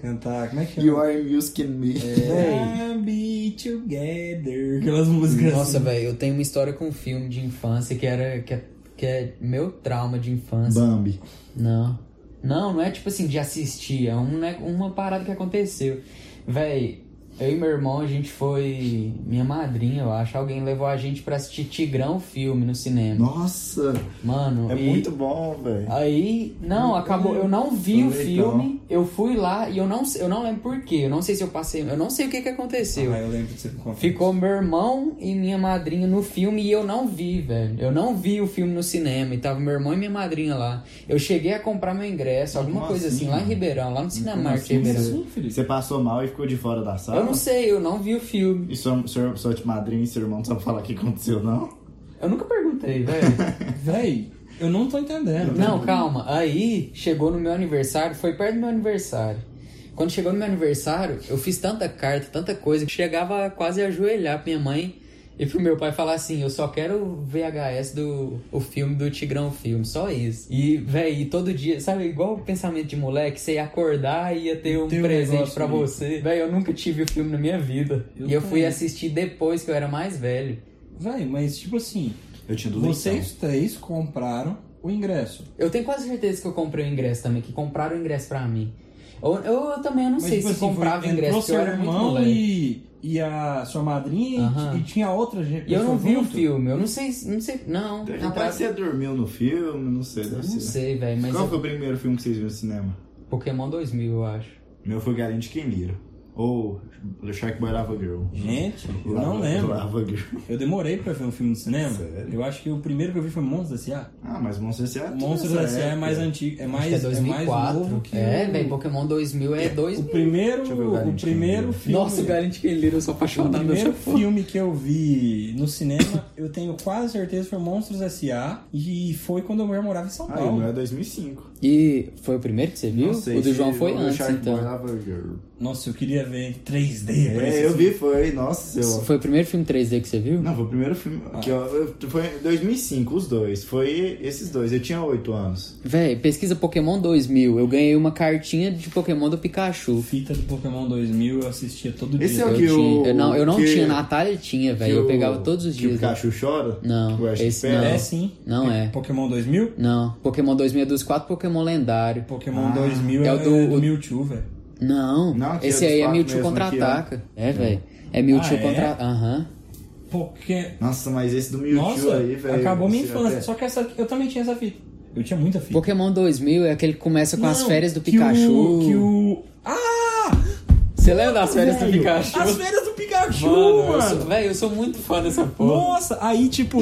Cantar, como é que chama? You Are Music and Me. Hey. Be together. Aquelas músicas. é. Nossa, assim. velho, eu tenho uma história com um filme de infância que era que é, que é meu trauma de infância. Bambi. Não. Não, não é tipo assim de assistir, é um, né, uma parada que aconteceu. Véi, Eu e meu irmão, a gente foi. Minha madrinha, eu acho. Alguém levou a gente pra assistir Tigrão filme no cinema. Nossa, Mano, é e- Ah, muito bom, velho. Aí, não, acabou. Eu não vi o Legal. filme. Eu fui lá e eu não, eu não lembro por quê. Eu não sei se eu passei. Eu não sei o que, que Ah, é aconteceu. Ah, eu lembro de você me contar. Ficou meu irmão e minha madrinha no filme e eu não vi, velho. Eu não vi o filme no cinema e tava meu irmão e minha madrinha lá. Eu cheguei a comprar meu ingresso, alguma Como coisa assim, assim, lá em mano? assim, Ribeirão, lá no Cinemark de Ribeirão. Você tá? passou mal e ficou de fora da sala? Eu não sei, eu não vi o filme. E sua, sua, sua madrinha e seu irmão não sabem falar o que aconteceu, não? Eu nunca perguntei, velho. Véi, eu não tô entendendo. Não, calma. Aí chegou no meu aniversário, foi perto do meu aniversário. Quando chegou no meu aniversário, eu fiz tanta carta, tanta coisa, que chegava a quase a ajoelhar pra minha mãe e pro meu pai falar assim: eu só quero o VHS do o filme do Tigrão Filme, só isso. E, véi, e todo dia, sabe, igual o pensamento de moleque, você ia acordar e ia ter um Tem um presente negócio pra ali. você. Véi, eu nunca tive o filme na minha vida. Eu e eu fui também. assistir depois que eu era mais velho. Véi, mas tipo assim, Eu tinha do vocês três compraram o ingresso. Eu tenho quase certeza que eu comprei o ingresso também, que compraram o ingresso pra mim. Ou, eu, eu também não sei tipo se assim, comprava foi- o ingresso, entrou porque eu seu era muito irmão moleque. e, e a sua madrinha e- Aham. e, tinha outra gente. E eu não pessoa vi o junto. filme, eu não sei, se- não sei, não, Deve rapaz, você dormiu no filme, não sei, deve não ser. né? sei, velho, mas Qual foi eu- o primeiro filme que vocês viram no cinema? Pokémon 2000, eu acho. Meu foi Galinha de Quimira. Ou Shark Boy Lava Girl. Gente, eu Lava- não lembro. Lava Girl. Eu demorei pra ver um filme no cinema. Eu acho que o primeiro que eu vi foi Monstros S.A. Ah, mas Monstro S.A. é Monstros dessa S.A. é época. mais antigo, é Acho que mais, é é mais 2004. novo que é, o... velho, Pokémon 2000 é O 2000. primeiro, Deixa eu ver o Valente o primeiro Lira. filme. Nossa, o Galante Kelly, eu sou o apaixonado primeiro nessa porra. filme que eu vi no cinema, eu tenho quase certeza foi Monstros S.A. E foi quando eu morava em São Ah, e o Paulo. meu é 2005. E foi o primeiro que você viu? Não sei o do se João foi o antes, Shark Boy então. Lava Girl. Nossa, eu queria ver em 3D. É, eu vi, foi. Ah. Nossa, eu... Foi o primeiro filme 3D que você viu? Não, foi o primeiro filme. Que eu, eu- foi em 2005, os dois. Foi esses dois. Eu tinha 8 anos. Véi, pesquisa Pokémon 2000, eu ganhei uma cartinha de Pokémon do Pikachu. Fita do Pokémon 2000, eu assistia todo Esse dia. é o Eu, que tinha. o. eu não, eu não que- tinha, Natália tinha, que velho. Eu o- pegava todos os Que dias. né? o Pikachu chora? Não, O Ash esse Pera? não. É sim. Não é. Pokémon 2000? Não, Pokémon 2000 é dos quatro Pokémon lendário. Pokémon Ah. 2000 é é, o do- do, o- Mewtwo, velho. Não, Não, que é esse dos aí é quatro Mewtwo mesmo né? contra-ataca. É, velho. É Mewtwo Ah, é? contra. Aham. Porque... Nossa, mas esse do Mewtwo Nossa, aí, velho. acabou minha você infância. até- Só que essa aqui, eu também tinha essa fita. Eu tinha muita fita. Pokémon 2000 é aquele que começa com as Não, férias do que Pikachu. o- Que o... Ah! Você lembra das férias do Pikachu? As férias do Pikachu, Mano, mano! eu sou- velho, eu sou muito fã dessa porra. Nossa, aí tipo...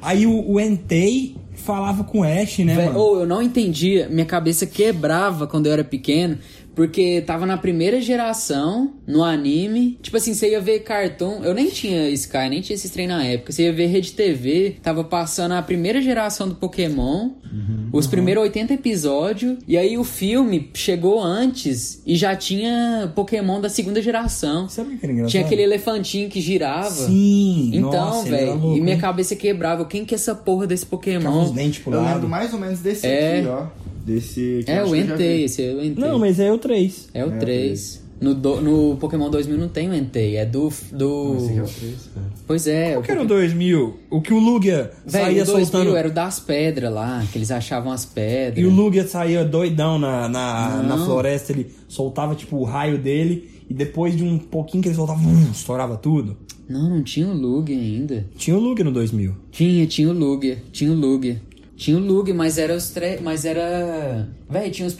aí o, o Entei falava com o Ash, né, Véi, mano? Ou eu não entendia, minha cabeça quebrava quando eu era pequeno, porque tava na primeira geração, no anime. Tipo assim, você ia ver cartoon. Eu nem tinha Sky, nem tinha esses trem na época. Você ia ver Rede TV, tava passando a primeira geração do Pokémon, Uhum. os primeiros 80 episódios. E aí o filme chegou antes e já tinha Pokémon da segunda geração. Sabe o que era engraçado? Tinha aquele elefantinho que girava. Sim, Então, nossa, ele era velho, louco, e minha hein? cabeça quebrava. Quem que é essa porra desse Ficava Pokémon? uns dentes pro Eu lado. lembro mais ou menos desse É. aqui, ó. Desse. que É, eu acho o que eu já Entei, vi. esse é o Entei. Não, mas é o 3. É o 3. No, do- no Pokémon 2000 não tem o Entei, é do... do... Esse aqui é o três, cara. Pois é. Qual o que era o Poké- 2000? O que o Lugia Véi, saía o 2000 soltando... era o das pedras lá, que eles achavam as pedras. E o Lugia saía doidão na, na, Não. na floresta, ele soltava tipo o raio dele, e depois de um pouquinho que ele soltava, vum, estourava tudo. Não, não tinha o Lugia ainda. Tinha o Lugia no 2000. Tinha, tinha o Lugia, tinha o Lugia. Tinha o Lugia, mas era os três... Mas era... Véi, tinha os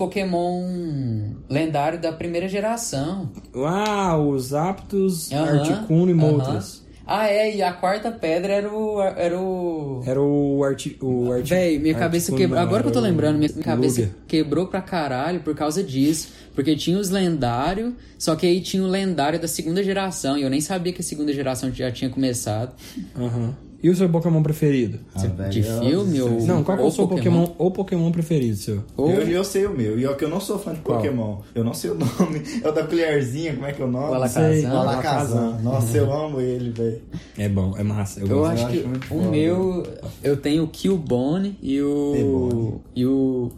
Pokémon lendários da primeira geração. Ah, os Aptos, Aham, Articuno e aham. Moltres. Ah, é, e a quarta pedra era o... Era o... Era o Arti... O Arti... Véi, minha Articuno, cabeça Ah, tipo, não, quebrou. Agora que eu tô era o lembrando, minha cabeça Lugia. quebrou pra caralho por causa disso. Porque tinha os lendários, só que aí tinha o lendário da segunda geração. E eu nem sabia que a segunda geração já tinha começado. Aham. E o seu Pokémon preferido? Ah, velho, de eu- filme ou. não, qual que é ou o seu Pokémon, ou Pokémon preferido, seu? Ou Eu, eu sei o meu, e ó, que eu não sou fã de Pokémon. Eu não sei o nome. É o da colherzinha, como é que é o nome? O Alakazam. Sei, O O Alakazam. Nossa, eu amo ele, velho. É bom, é massa. Eu, Eu gosto. acho que acho muito o foda. meu. Eu tenho o Killbone e o. Ebone. E o.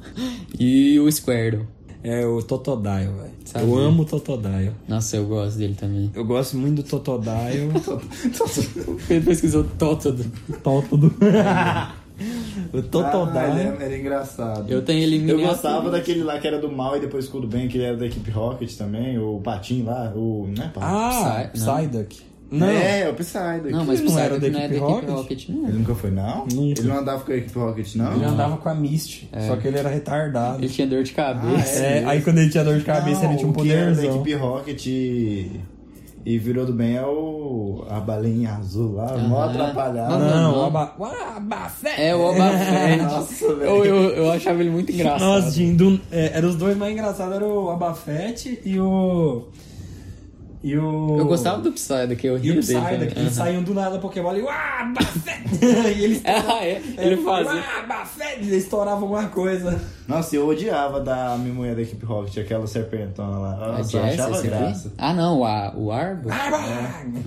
E o Squirtle. É o Totodile, velho. Sabe. Eu amo o Totodile. Nossa, eu gosto dele também. Eu gosto muito do Totodile. Ele pesquisou Totodile. Tótodo. O é- Total Ah, ele Down. era, era engraçado. Eu tenho ele em Eu miniatura. gostava daquele lá que era do mal e depois ficou do bem, que ele era da equipe Rocket também, o Patim lá, o. Não é Patim? Ah, Psy- não. Psyduck. Não. É, o Psyduck. Não, mas Ele não Psyduck era da não é da equipe equipe Rocket? Rocket, não. Ele nunca foi, não? Nunca. Ele não andava com a equipe Rocket, não? Ele andava com a Mist, só que ele era retardado. Ele tinha dor de cabeça. É, aí quando ele tinha dor de cabeça, Não, ele tinha um o né, que era da poderzão. equipe Rocket e, e virou do bem é o. A balinha azul lá, mó Aham. Não, atrapalhada. Não, o não. Aba... o Abafé. É, o Obafete. Nossa, eu, velho. eu, eu achava ele muito engraçado. Nossa, gente, do- é, eram os dois mais engraçados, era o Abafete e o... E o... eu gostava do Psyduck, eu E ria dele. o Psyduck, também. eles saíam do nada da Pokébola e... o Abafé! e eles... Ah, é, ele fazia. "Ah, Abafé", Ele estourava alguma coisa. Nossa, eu odiava da minha da equipe Rocket, aquela serpentona lá. A Nossa, eu Jess, achava é você graça. Ah, viu? Ah, não, a, o Arbor.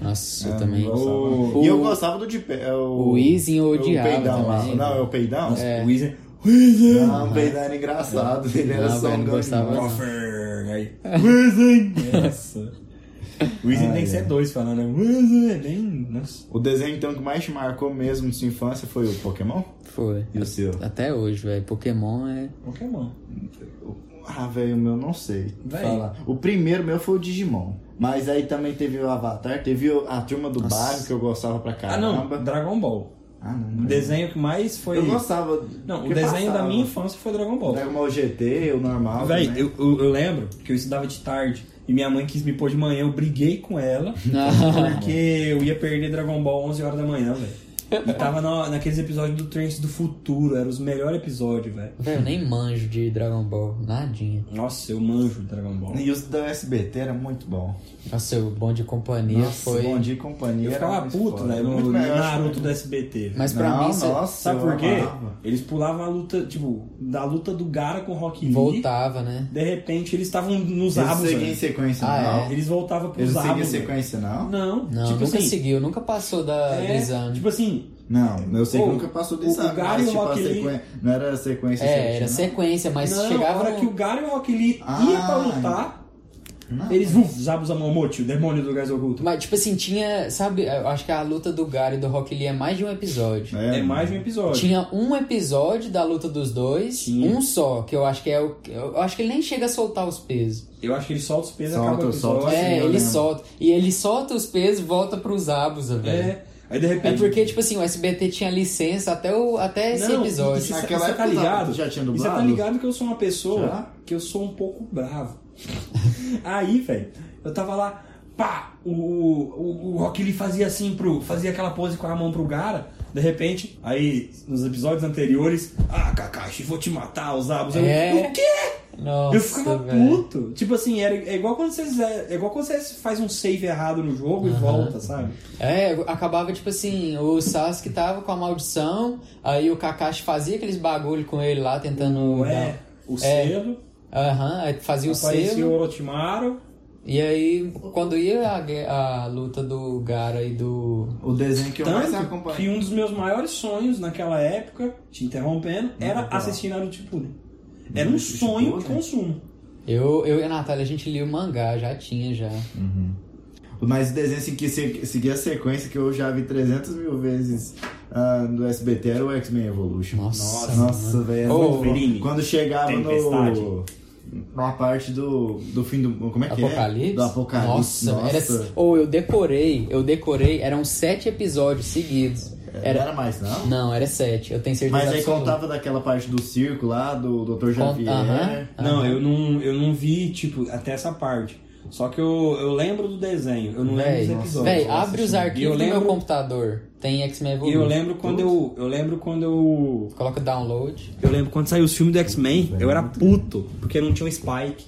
Nossa, eu também. O... E eu gostava do de pé. é O, O Izzy eu odiava O peidão lá. também. né? Não, é o peidão? É. O Weezer... Não, o peidão era engraçado. Ele era Não, só velho, um não gostava gordinho. não. Aí... É. Weezer! Nossa. O Weezer tem que ser dois falando, né? Weezer, nem... Nossa. O desenho então que mais te marcou mesmo de sua infância foi o Pokémon? Foi. E o seu? Até hoje, velho. Pokémon é. Pokémon. Ah, velho, o meu não sei. Véi. Falar. O primeiro meu foi o Digimon. Mas aí também teve o Avatar, teve o- a turma do bairro que eu gostava pra Ah, não, caramba. Dragon Ball. Ah, não. O desenho que mais foi. Eu gostava. Não, o porque desenho da passava. minha infância foi Dragon Ball. é Dragon Ball GT, o normal. Véi, também. eu, eu, eu lembro que eu estudava de tarde e minha mãe quis me pôr de manhã, eu briguei com ela porque eu ia perder Dragon Ball 11 horas da manhã, velho. E tava na, naqueles episódios do Trance do Futuro, era os melhores episódios, velho. Velho, eu nem manjo de Dragon Ball. Nadinha. Nossa, eu manjo Dragon Ball. E os da SBT era muito bom. Nossa, o Bom de Companhia foi. Bom dia e companhia. Eu era ficava mais puto, foda. velho, no né? Muito melhor, Naruto acho. do SBT. velho. Mas pra Não, mim, é- cê- nossa, Sabe eu por quê? amava. Eles pulavam a luta, tipo, da luta do Gara com o Rock Lee. voltava, né? De repente eles estavam nos Eles não abos. seguiam em velho. sequência, Ah, não. é? Eles voltavam pros Eles não seguiam em abos. velho. sequência, não? Não, Não, tipo nunca assim, seguiu, nunca passou da do É, exame. tipo assim, Não, eu sei que Ou, nunca passou o desse ano, Gary mas tipo, a Rock Lee- sequência. Não era a sequência é, era certinha, sequência, mas não, chegava. a hora no- que o Gary e o Rock Lee Ah, iam pra lutar, não? eles vuf, Zabu Zamamote, o demônio do gás oculto. Mas, tipo assim, tinha. Sabe, eu acho que a luta do Gary e do Rock Lee é mais de um episódio. Não. É mais de um episódio. Tinha um episódio da luta dos dois, Tinha. um só, que eu acho que é o. Eu acho que ele nem chega a soltar os pesos. Eu acho que ele solta os pesos, Solta, acaba o episódio. solta. é, eu ele lembro. solta. E ele solta os pesos e volta pros abusa, velho. É, aí de É. repente... porque, tipo assim, o SBT tinha licença até, o, até esse Não, episódio. e- e Naquela você tá época ligado? já tinha E Você tá dublado? ligado que eu sou uma pessoa Já? que eu sou um pouco bravo. Aí, velho, eu tava lá, pá, o, o, o Rock Lee fazia assim pro. fazia aquela pose com a mão pro Gara, de repente, aí, nos episódios anteriores, ah, Kakashi, vou te matar, os abos. É. Eu, o quê? Nossa, eu ficava velho. puto. Tipo assim, era, é igual quando vocês. É, igual quando você faz um save errado no jogo e volta, sabe? É, acabava tipo assim, o Sasuke tava com a maldição, aí o Kakashi fazia aqueles bagulho com ele lá, tentando... Ué, o É. selo, Aham, aí fazia o apareceu o selo, Orochimaru. e aí quando ia a, gue- a luta do Gara e do... O desenho que eu mais Tanto que acompanhei. um dos meus maiores sonhos naquela época, te interrompendo, era assistir Naruto Shippuden. Era um sonho de consumo. Eu, eu e a Natália, a gente lia o mangá, já tinha, já. Mas o desenho assim, que se- seguia a sequência que eu já vi 300 mil vezes ah, no SBT era o X-Men Evolution. Nossa, Nossa, velho. era Ô, muito bom. Wolverine. Quando chegava no. Tempestade. Na parte do, do fim do. Como é que Apocalipse? é? Do Apocalipse. Nossa, era... Ou eu decorei, eu decorei, eram sete episódios seguidos. Não Era... era mais, não? Não, era sete, eu tenho certeza É. Mas aí absoluta. contava daquela parte do circo lá, do Dr. Con- Javier. Aham, Não, eu não, eu não vi, tipo, até essa parte. Só que eu, eu lembro do desenho, eu não Véi, lembro dos episódios. véi, abre os E eu arquivos lembro- do meu computador. Tem X-Men E eu Evolution. lembro quando eu. Eu lembro quando eu. Coloca download. Eu lembro quando saiu os filmes do X-Men, eu era puto, porque não tinha o Spike.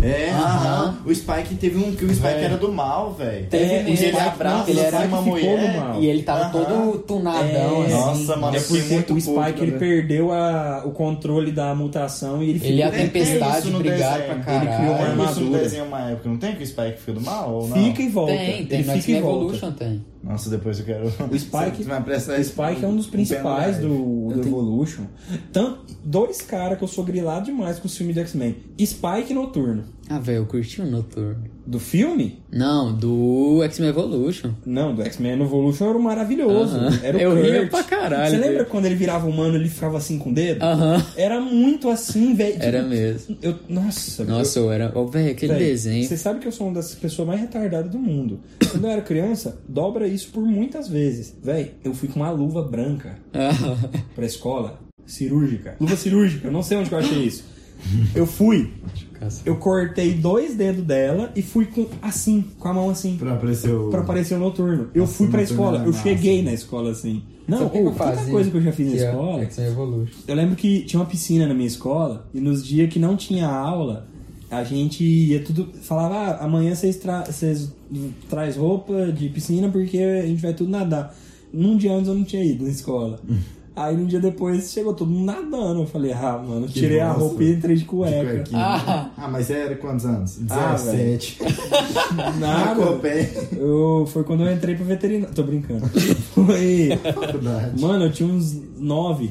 É, Aham. É. aham. o Spike teve um que o Spike era do mal, velho. Teve é, mesmo. ele Nossa, abraça ele era uma que ficou mulher. do mal. E ele tava Aham. todo tunadão, É. assim. Nossa, mano, é eu fiquei porque muito o puto, Spike ele velho. perdeu a- o controle da mutação e ele né? Ele e a ficou. Tem- tem tempestade isso no brigaram desenho. pra caralho. Ele criou uma Tem isso no armadura. desenho uma época, não tem que o Spike fica do mal ou não? Fica e volta. Tem, tem. No ele fica e X-Men volta. Evolution tem. Nossa, depois eu quero. O Spike, Você vai prestar o Spike é um dos um principais pendrive. do, do Evolution. Tanto, dois caras que eu sou grilado demais com o filme do X-Men: Spike e Noturno. Ah, velho, eu curti o Noturno. Do filme? Não, do X-Men Evolution. Não, do X-Men Evolution era o maravilhoso. Aham. Era o Eu Kurt. ria pra caralho Você lembra dele. quando ele virava humano ele ficava assim com o dedo? Aham. Era muito assim, velho. Tipo, Era mesmo. Eu, nossa, Nossa, eu era. Ô, velho, aquele Véi, desenho. Você sabe que eu sou uma das pessoas mais retardadas do mundo. Quando eu era criança, dobra isso por muitas vezes. Véi, eu fui com uma luva branca Ah, pra escola, cirúrgica. Luva cirúrgica, eu não sei onde que eu achei isso. Eu fui, eu cortei dois dedos dela e fui com assim, com a mão assim, pra, Pra aparecer o... parecer o noturno. Eu fui pra noturno escola, era eu massa. cheguei na escola assim. Não, Sabe o que ou, eu tanta fazia? coisa que eu já fiz na Que é escola. X-Men Evolution. Eu lembro que tinha uma piscina na minha escola e nos dias que não tinha aula, a gente ia tudo. Falava, ah, amanhã vocês, tra vocês traz roupa de piscina porque a gente vai tudo nadar. Num dia antes eu não tinha ido na escola. Aí um dia depois chegou todo mundo nadando. Eu falei, ah, mano, tirei a bosta. roupa e entrei de de cueca. cuequinha. Ah. Ah. mas era quantos anos? Ah, 17. Nada. Copé. Eu, foi quando eu entrei pro veterinário. Tô brincando. Foi. Faculdade. Mano, eu tinha uns nove,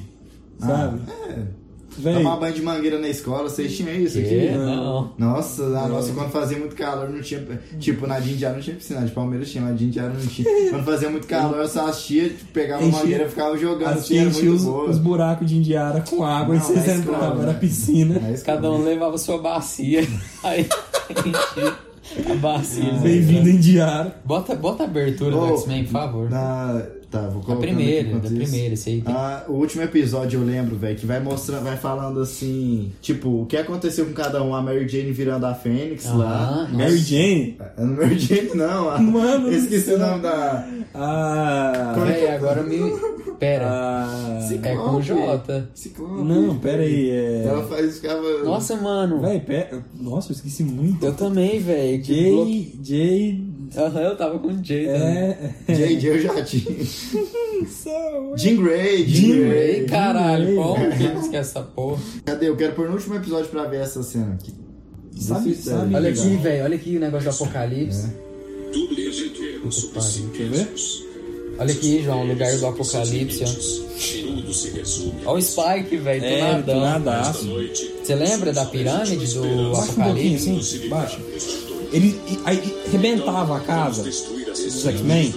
sabe? Ah, É. Véi, Tomar banho de mangueira na escola, vocês tinham isso Que? É. aqui? Não. Nossa, na nossa, quando fazia muito calor, não tinha. Tipo, na Dindiara não tinha piscina, de Palmeiras tinha, na Dindiara não tinha. Quando fazia muito calor, eu só assistia, tipo, pegava É. Enchia- uma mangueira e ficava jogando, assim, assim, era enchia muito os, boa. os buracos de indiara com água e Não, vocês na escola, entravam na né? é piscina. Na escola. Cada um levava sua bacia. Aí enchia a bacia. Ah, Bem-vindo, Indiara. Bota, bota a abertura do Oh, X-Men, por favor. Na... Tá, vou Da colocar. primeira, da primeira, esse aí. Tem... Ah, o último episódio eu lembro, velho, que vai mostrando, vai falando assim, tipo, o que aconteceu com cada um, a Mary Jane virando a Fênix lá. Ah, Mary Jane. Ah, Não Mary Jane, não. A... Mano do Esqueci céu. o nome da. Ah. Véi, agora me. Pera. ah é com o Jota. Ciclope. não, pera aí. É... Ela faz, ficava. Nossa, mano. Véi, pera... Nossa, eu esqueci muito. Eu também, velho. Jay. Jay. Aham, eu tava com o Jay também. É. JJ eu já tinha. São- Jean Grey, Jean, Jean Grey. Ei, caralho, Ei. qual o filme que é essa porra? Cadê? Eu quero pôr no último episódio pra ver essa cena aqui. Sabe- Desse- sabe- Olha Legal. aqui, velho, olha aqui o negócio do apocalipse. É. Puta que pariu. Quer ver? Olha aqui, João, o lugar do apocalipse, ó. Olha o Spike, velho, do É, do nada. nadaço. Você lembra da pirâmide do Baixa um pouquinho apocalipse? assim, baixa. Ele e- aí arrebentava a casa dos X-Men.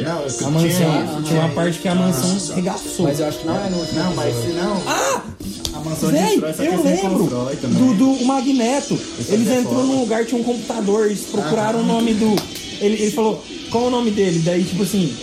Não, eu A mansão. Tinha, Tinha uma parte que a mansão regaçou. Mas eu acho que não é no último Não, mas se episódio. não. Ah! A mansão Véi, destrói, só que eu eles lembro reconstrói também. do, do Magneto. Eles é entrou foda. Ah. num lugar, tinha um computador, eles procuraram o nome do. Ele, ele falou, qual o nome dele? Daí, tipo assim.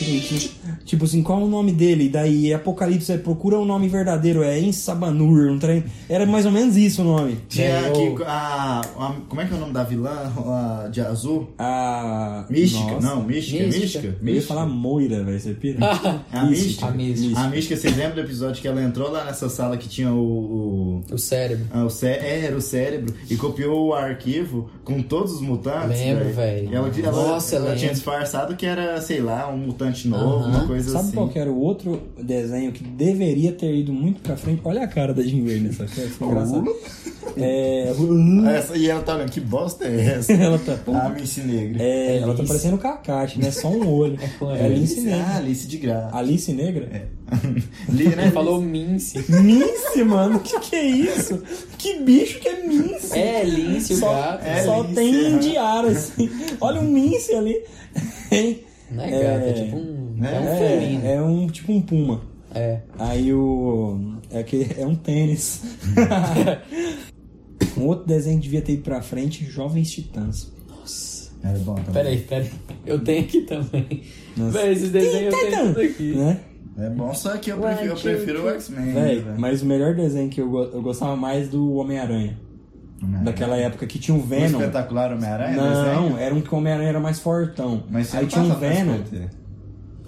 direitinho. Tipo assim, qual o nome dele? Daí Apocalipse é procura o nome verdadeiro, é Ensabanur, um trem. Era mais ou menos isso o nome. Tinha É, aqui ou- a, a- Como é que é o nome da vilã a, de azul? A. Mística? Nossa. Não, mística, é Mística. mística. Eu ia Ah, Mística. falar Moira, velho, você pira? A mística. Ah, A mística. A mística, vocês lembram do episódio que ela entrou lá nessa sala que tinha o. o... O cérebro. ah, o cé- é, era o cérebro e copiou o arquivo com todos os mutantes. Lembro, velho. E Ela, ela, Nossa, ela lembro. tinha disfarçado que era, sei lá, um mutante novo, Aham. uma coisa Sabe assim. qual que era o outro desenho que deveria ter ido muito pra frente? Olha a cara da Jean Grey nessa cara, foi engraçado. É. Essa- e ela tá olhando, que bosta é essa? Ela tá. a Alice Negra. É, ela tá parecendo Kakashi, né? Só um olho. É Alice Ah, Negra. Alice de graça. Alice Negra? Li, né? Ele falou Mince. Mince, mano? O que, que é isso? Que bicho que é Mince? É, Lince, o só gato. é só Lince, tem é. indiara, assim. Olha o Mince ali. Hein? Não é gato, é tipo um. É, um felino. É, é um tipo um puma. É. Aí o. É, que é um tênis. um outro desenho que devia ter ido pra frente, Jovens Titãs. Era É bom também. Peraí, peraí. Eu tenho aqui também. Nossa. Véi, esses desenhos eu tenho tudo aqui. Né? É bom, só que eu prefiro, eu prefiro o X-Men. Véi, né, mas o melhor desenho que eu, go- eu gostava mais do Homem-Aranha. Homem-Aranha. Daquela época que tinha o O Venom. espetacular Homem-Aranha? Não, desenho? era um que o Homem-Aranha era mais fortão. Mas você Aí não tinha um passava no Venom. SBT.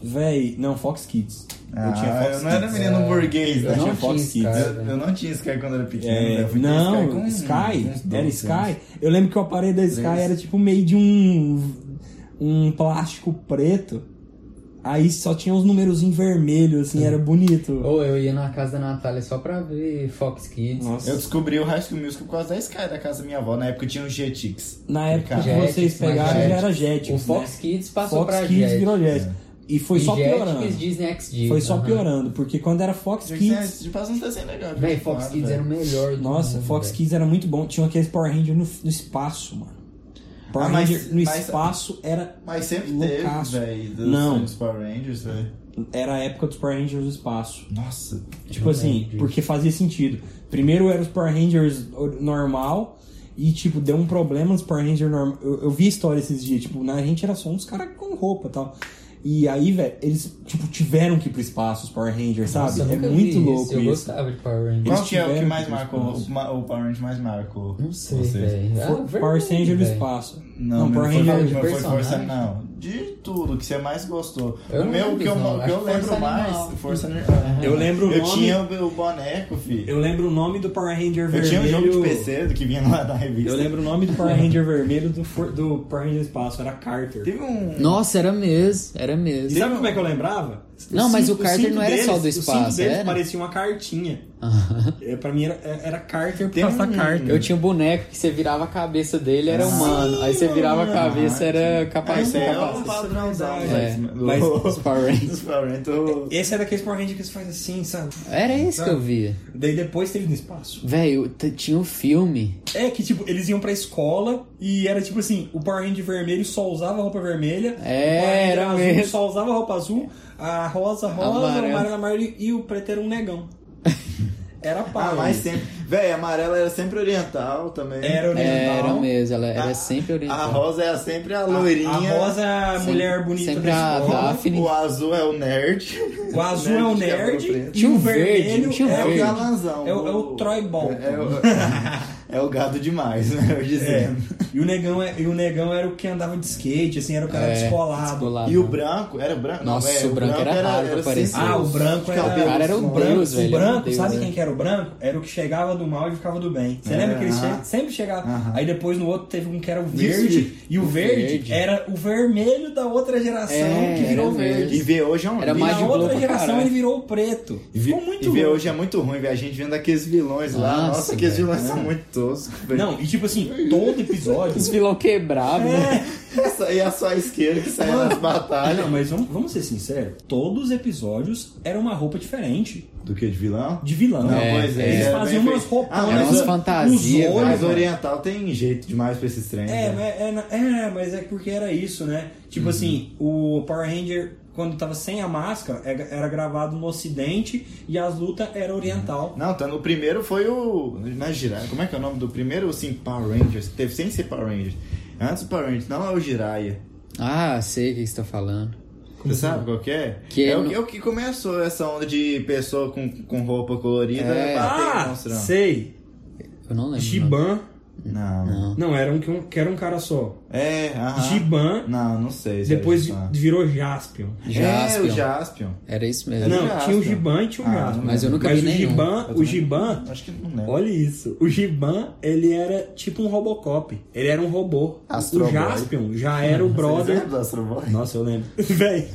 Véi, não, Fox Kids. eu Ah, tinha Fox eu não era Kids. menino burguês, né? Eu não tinha Fox tinha esse Kids. cara, Eu, velho. eu não tinha Sky quando era pequeno. É, né? Eu fui ter não, com uns- Sky, uns era 12 Sky. anos. Eu lembro que o aparelho da Sky Três. era tipo meio de um um plástico preto. Aí só tinha uns númerozinhos vermelhos, assim, era bonito. Ou eu ia na casa da Natália só pra ver Fox Kids. Nossa. Eu descobri o High School Musical por causa da Sky da casa da minha avó. Na época tinha um Jetix. Na época que Jetix, vocês mas pegaram já Jetix. era Jetix, O Fox né? Kids passou Fox pra Kids Jetix. É. virou Jetix. E foi E só Jetix, piorando. Disney XD. Foi só aham. piorando, porque quando era Fox Kids, Jetix, de passa um desenho legal. de Véi, vez em Fox quando, Kids velho. era o melhor. do nossa, mundo, Fox véi. Kids era muito bom. Tinha aqueles Power Rangers no, no espaço, mano. Power Ah, mas- Ranger no mas- espaço era, Mas sempre Loucaço. teve, velho, dos Não. filmes Power Rangers, velho. era a época dos Power Rangers no espaço. Nossa. Tipo assim, porque fazia sentido. Primeiro era os Power Rangers or- normal e, tipo, deu um problema nos Power Rangers normal. Eu, eu vi a história esses dias, tipo, na gente era só uns caras com roupa e tal. E aí, velho, eles, tipo, tiveram que ir pro espaço, os Power Rangers, sabe? Nossa, eu é nunca vi muito isso, louco Eu isso. gostava de Power Rangers. Eles Qual que é o que tiveram mais que marcou? eles- O, ma- o Power Ranger mais marcou? Não sei, vocês? velho. Ah, For- Power verdade, Ranger no velho. espaço. Power Não, não foi, Ranger. de não foi força, personagem. não. De tudo que você mais gostou. Eu o não meu lembro que eu, disso, não. que eu Acho que lembro Força mais, Animal. Uhum. Força Animal. Eu lembro o Eu nome. tinha o, o boneco, filho. Eu lembro o nome do Power Ranger Eu vermelho. tinha um jogo de PC do que vinha lá da revista. Eu lembro o nome do Power Ranger vermelho do, for- do Power Ranger Espaço, era Carter. Teve um. Nossa, era mesmo, era E mesmo. sabe como é que eu lembrava? Não, O mas cinto- o Carter cinto não era só do deles- O espaço, cinto deles era? parecia uma cartinha. É, pra mim era, era Carter por Tem causa um- da carta. Eu tinha um boneco que você virava a cabeça dele, era Ah, humano. Aí você virava a mano. cabeça, era capaz Esse de é o capacete. padrãozão. É, Mas. Os Power Rangers. Os Power Rangers, então, eu- Esse era aquele Power Ranger que você faz assim, sabe? Era esse que eu via. Daí depois teve no espaço. Velho, t- tinha um filme. É que, tipo, eles iam pra escola e era tipo assim, o Power Ranger vermelho só usava roupa vermelha. É, o Power Ranger era azul mesmo. só usava roupa azul. A rosa, rosa, Amarelo. o amarelo, amarelo e o preto era um negão. Era pau. Ah, mas sempre. Véi, a amarela era sempre oriental também. Era oriental. Ah, Era mesmo, ela era A- sempre A oriental. rosa é sempre a A- loirinha. A rosa é a Sempre- mulher bonita sempre da a escola. Daphne. O azul é o nerd. O azul é o que nerd. cabelo preto. E Tinha um o verde, vermelho tinha um é É o verde. galanzão. É o- é o Troy Bolton. É, o, é o gado demais, né? Eu É. dizendo. E o negão, é- e o negão era o que andava de skate, assim, era o cara É, descolado. E né? o branco, era branco? assim, Nossa, Não, é, o branco era raro pra aparecer. Ah, o branco era um cabelo. O cara era o o Deus, branco, velho, o era um branco Deus, sabe né? quem que era o branco? Era o que chegava do mal e ficava do bem. Você É, lembra que ele che- ah. sempre chegava? Aham. Aí depois no outro teve um que era o Isso, verde, e o verde, verde. era o vermelho da outra geração É, que virou era verde. mesmo. E ver hoje é um Era E lixo. mais na de outra boa pra geração caralho. ele virou o preto. E ver, Ficou muito e ver louco. hoje é muito ruim, ver a gente vendo aqueles vilões lá. Nossa, Nossa, aqueles velho. vilões são muito toscos. velho. Não, e tipo assim, todo episódio Os vilão quebrava, né? Essa aí é só a isqueira que sai nas Ah, batalhas. não, mas vamos, vamos ser sinceros. Todos os episódios era uma roupa diferente Do que de vilão? de vilão. Não, É, pois é. Eles era faziam bem umas feito. roupas. Ah, Era umas mas, fantasias, nos mas olhos, velho. oriental tem jeito demais pra esses trens. É, né? mas é, na- é, mas é porque era isso, né? Uhum. Tipo assim, o Power Ranger, quando tava sem a máscara, era era gravado no ocidente e as lutas eram oriental. Não, tá, o primeiro foi o. Na Jiraiya. Como é que é o nome do primeiro? Assim, Power Rangers. que Teve sem ser Power Rangers. Antes do Power Rangers, não é o Jiraiya. Ah, sei o que você tá falando. Você assim? sabe qual que é? Que é, é o, no- é o que começou essa onda de pessoa com, com roupa colorida É. bater e Ah, monstrão. sei. Eu não lembro. o Uhum. nome. Giban. Não. Não, era um, que um- que era um cara só. É, aham. Giban. Não, não sei. se Depois era Jaspion. virou Jaspion. É, o Jaspion. Jaspion. Era isso É mesmo. Não, Jaspion. tinha o Giban e tinha o Ah, Jaspion. mas eu nunca mas vi o nenhum. Giban, Eu o também- Giban, Acho que não lembro. olha isso. O Giban, ele era tipo um Robocop. Ele era um robô. Astro o Boy. Jaspion já era o Vocês brother lembram do Astro Boy? Nossa, eu lembro. Véi,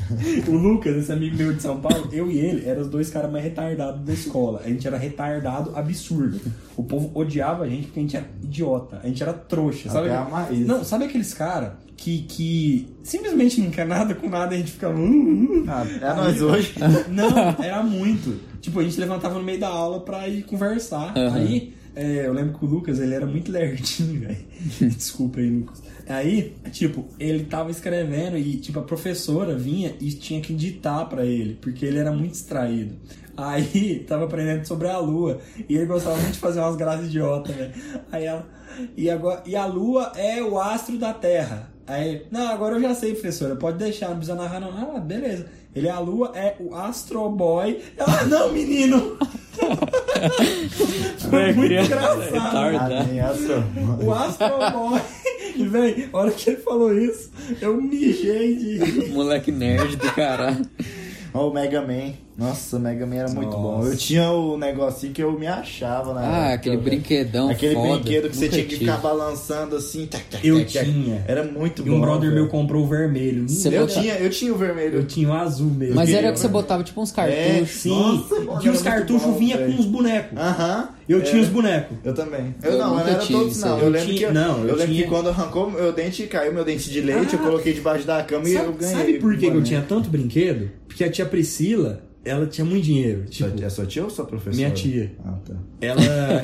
o Lucas, esse amigo meu de São Paulo, eu e ele eram os dois caras mais retardados da escola. A gente era retardado absurdo. O povo odiava a gente porque a gente era idiota. A gente era trouxa, sabe? Até a Maísa. Não, sabe aqueles caras que, que simplesmente não quer nada com nada e a gente ficava. "Hum, hum". Ah, é nós hoje. Não, era muito. Tipo, a gente levantava no meio da aula pra ir conversar. Aham. Aí, é, eu lembro que o Lucas, ele era muito lerdinho, velho. Desculpa aí, Lucas. Aí, tipo, ele tava escrevendo e, tipo, a professora vinha e tinha que ditar pra ele, porque ele era muito distraído. Aí, tava aprendendo sobre a lua e ele gostava muito de fazer umas graças idiota, velho. Aí ela, e, agora, e a lua é o astro da terra. Aí, ele, não, agora eu já sei, professora, pode deixar, não precisa narrar não. Ah, beleza. Ele, a lua é o Astro Boy. Ela, não, menino! Foi muito engraçado. Amém, Astro Boy. O Astro Boy. E, véi, a hora que ele falou isso, eu mijei de rir. Moleque nerd do caralho. Ó, o Mega Man. Nossa, o Mega Man era muito bom. Eu tinha o negocinho que eu me achava né? na Ah, época, aquele velho. brinquedão Aquele foda. brinquedo que você Nunca tinha que tive. ficar balançando assim. tac, tac, Eu tac, tac. tinha. Era muito E bom. um brother velho. meu comprou o vermelho. Você Eu bota- tinha, eu tinha o vermelho. Eu tinha o azul mesmo. Mas Eu era queria, que você né? botava tipo uns É, cartuchos. Sim, Nossa, mano, que era os muito cartuchos bom, vinha velho. com os bonecos. Aham. Eu É. tinha os bonecos. Eu também. Eu, Eu não, não nunca era tive todos, isso não. aí. Eu, Eu lembro tinha- que, não, eu lembro tinha- que quando arrancou meu dente e caiu meu dente de leite, eu Ah. coloquei debaixo da cama e eu Sabe, ganhei. sabe por que que eu Mano. tinha tanto brinquedo? Porque a tia Priscila, ela tinha muito dinheiro. Sua- Tipo, é sua tia ou sua professora? Minha tia. Ah, tá. ela,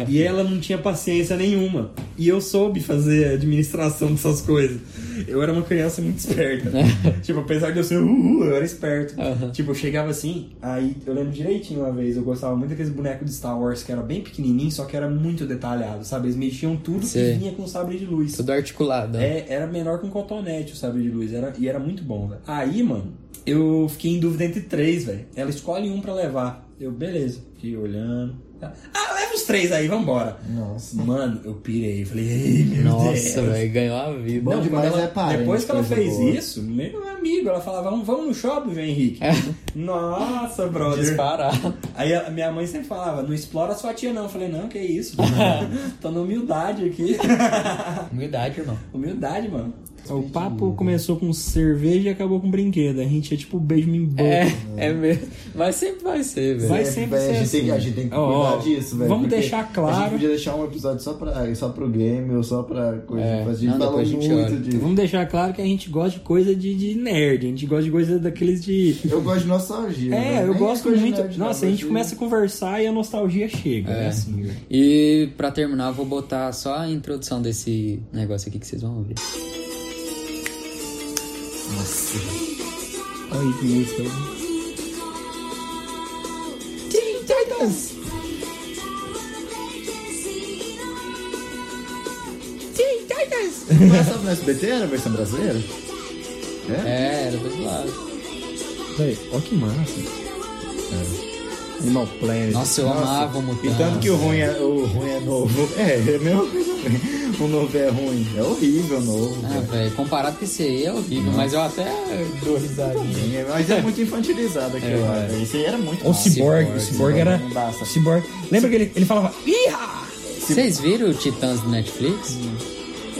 e ela não tinha paciência nenhuma. E eu soube fazer administração dessas coisas. Eu era uma criança muito esperta. tipo, apesar de eu ser uhul, eu era esperto. Tipo, eu chegava assim, aí eu lembro direitinho uma vez, eu gostava muito daqueles bonecos de Star Wars que era bem pequenininho, só que era muito detalhado, sabe? Eles mexiam tudo Sei. que vinha com sabre de luz. Tudo articulado. É, era menor que um cotonete o sabre de luz, era, e era muito bom, velho. Aí, mano, eu fiquei em dúvida entre três, velho. Ela escolhe um pra levar. Eu, beleza, fiquei olhando. Ela, Ah, leva os três aí, vambora. Nossa. Mano, eu pirei, falei, ei, meu Deus. Nossa, velho, ganhou a vida. É. Bom Não, demais quando ela- é parente, Depois que ela coisa fez boa. isso, meu amigo, ela falava, vamos, vamos no shopping, velho, Henrique. É. Nossa, brother. Disparado. Aí a minha mãe sempre falava, não explora sua tia não. Eu falei, não, que isso. Tô na humildade aqui. Humildade, irmão. Humildade, mano. O papo começou com cerveja e acabou com brinquedo. A gente é tipo beijo me boca. É, é mesmo. Mas sempre vai ser, velho. Vai É, sempre véi, ser a, gente tem, assim. que- a gente tem que Ó, cuidar ó, disso, velho. vamos porque deixar A gente claro. podia deixar um episódio só, pra, só pro game ou só pra coisa. É, a gente não, falou depois a gente muito olha. disso. Vamos deixar claro que a gente gosta de coisa de, de nerd. A gente gosta de coisa daqueles de... Eu gosto de nostalgia. né? É, eu Nem gosto coisa de muito. nerd, não, Nossa, a gente mas começa a conversar e a nostalgia chega. É, assim, velho. E pra terminar, eu vou botar só a introdução desse negócio aqui que vocês vão ouvir. Ai, que música. né? Não passava no SBT, era a versão brasileira? É, era dos lados. Véi, ó que massa. Animal Planet. Nossa, eu amava o E Mutantes. tanto que o ruim, é, o ruim é novo. É, é a mesma coisa. também. O novo é ruim. É horrível o novo. é é. Ah, velho, comparado com esse aí é horrível, mas eu até dou risadinha. É, Mas é muito infantilizado aquilo lá. velho. Isso aí era muito. É, Ou fácil. Cyborg, o Cyborg era. Não dá, sabe? Cyborg. Lembra que ele, ele falava. Ih! Vocês viram o Titãs do Netflix?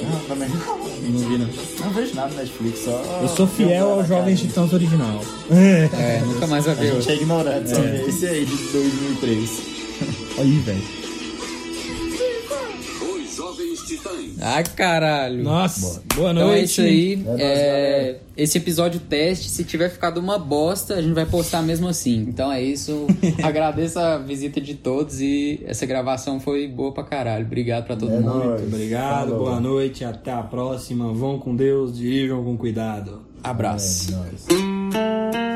Ah, também. Não vi, não. Não vejo nada no Netflix, só. é um Eu sou fiel ao Jovem Titãs original. É, nunca mais vai A ver gente outro. é ignorante, só vê esse aí de 2003. Aí, velho. Ah, caralho. Nossa, boa Então é noite. isso aí. é, galera. esse episódio teste, se tiver ficado uma bosta, a gente vai postar mesmo assim. Então é isso. Agradeço a visita de todos e essa gravação foi boa pra caralho. Obrigado pra todo É mundo. nóis. Muito obrigado, Falou. boa noite, até a próxima. Vão com Deus, dirijam com cuidado. Abraço. É nóis.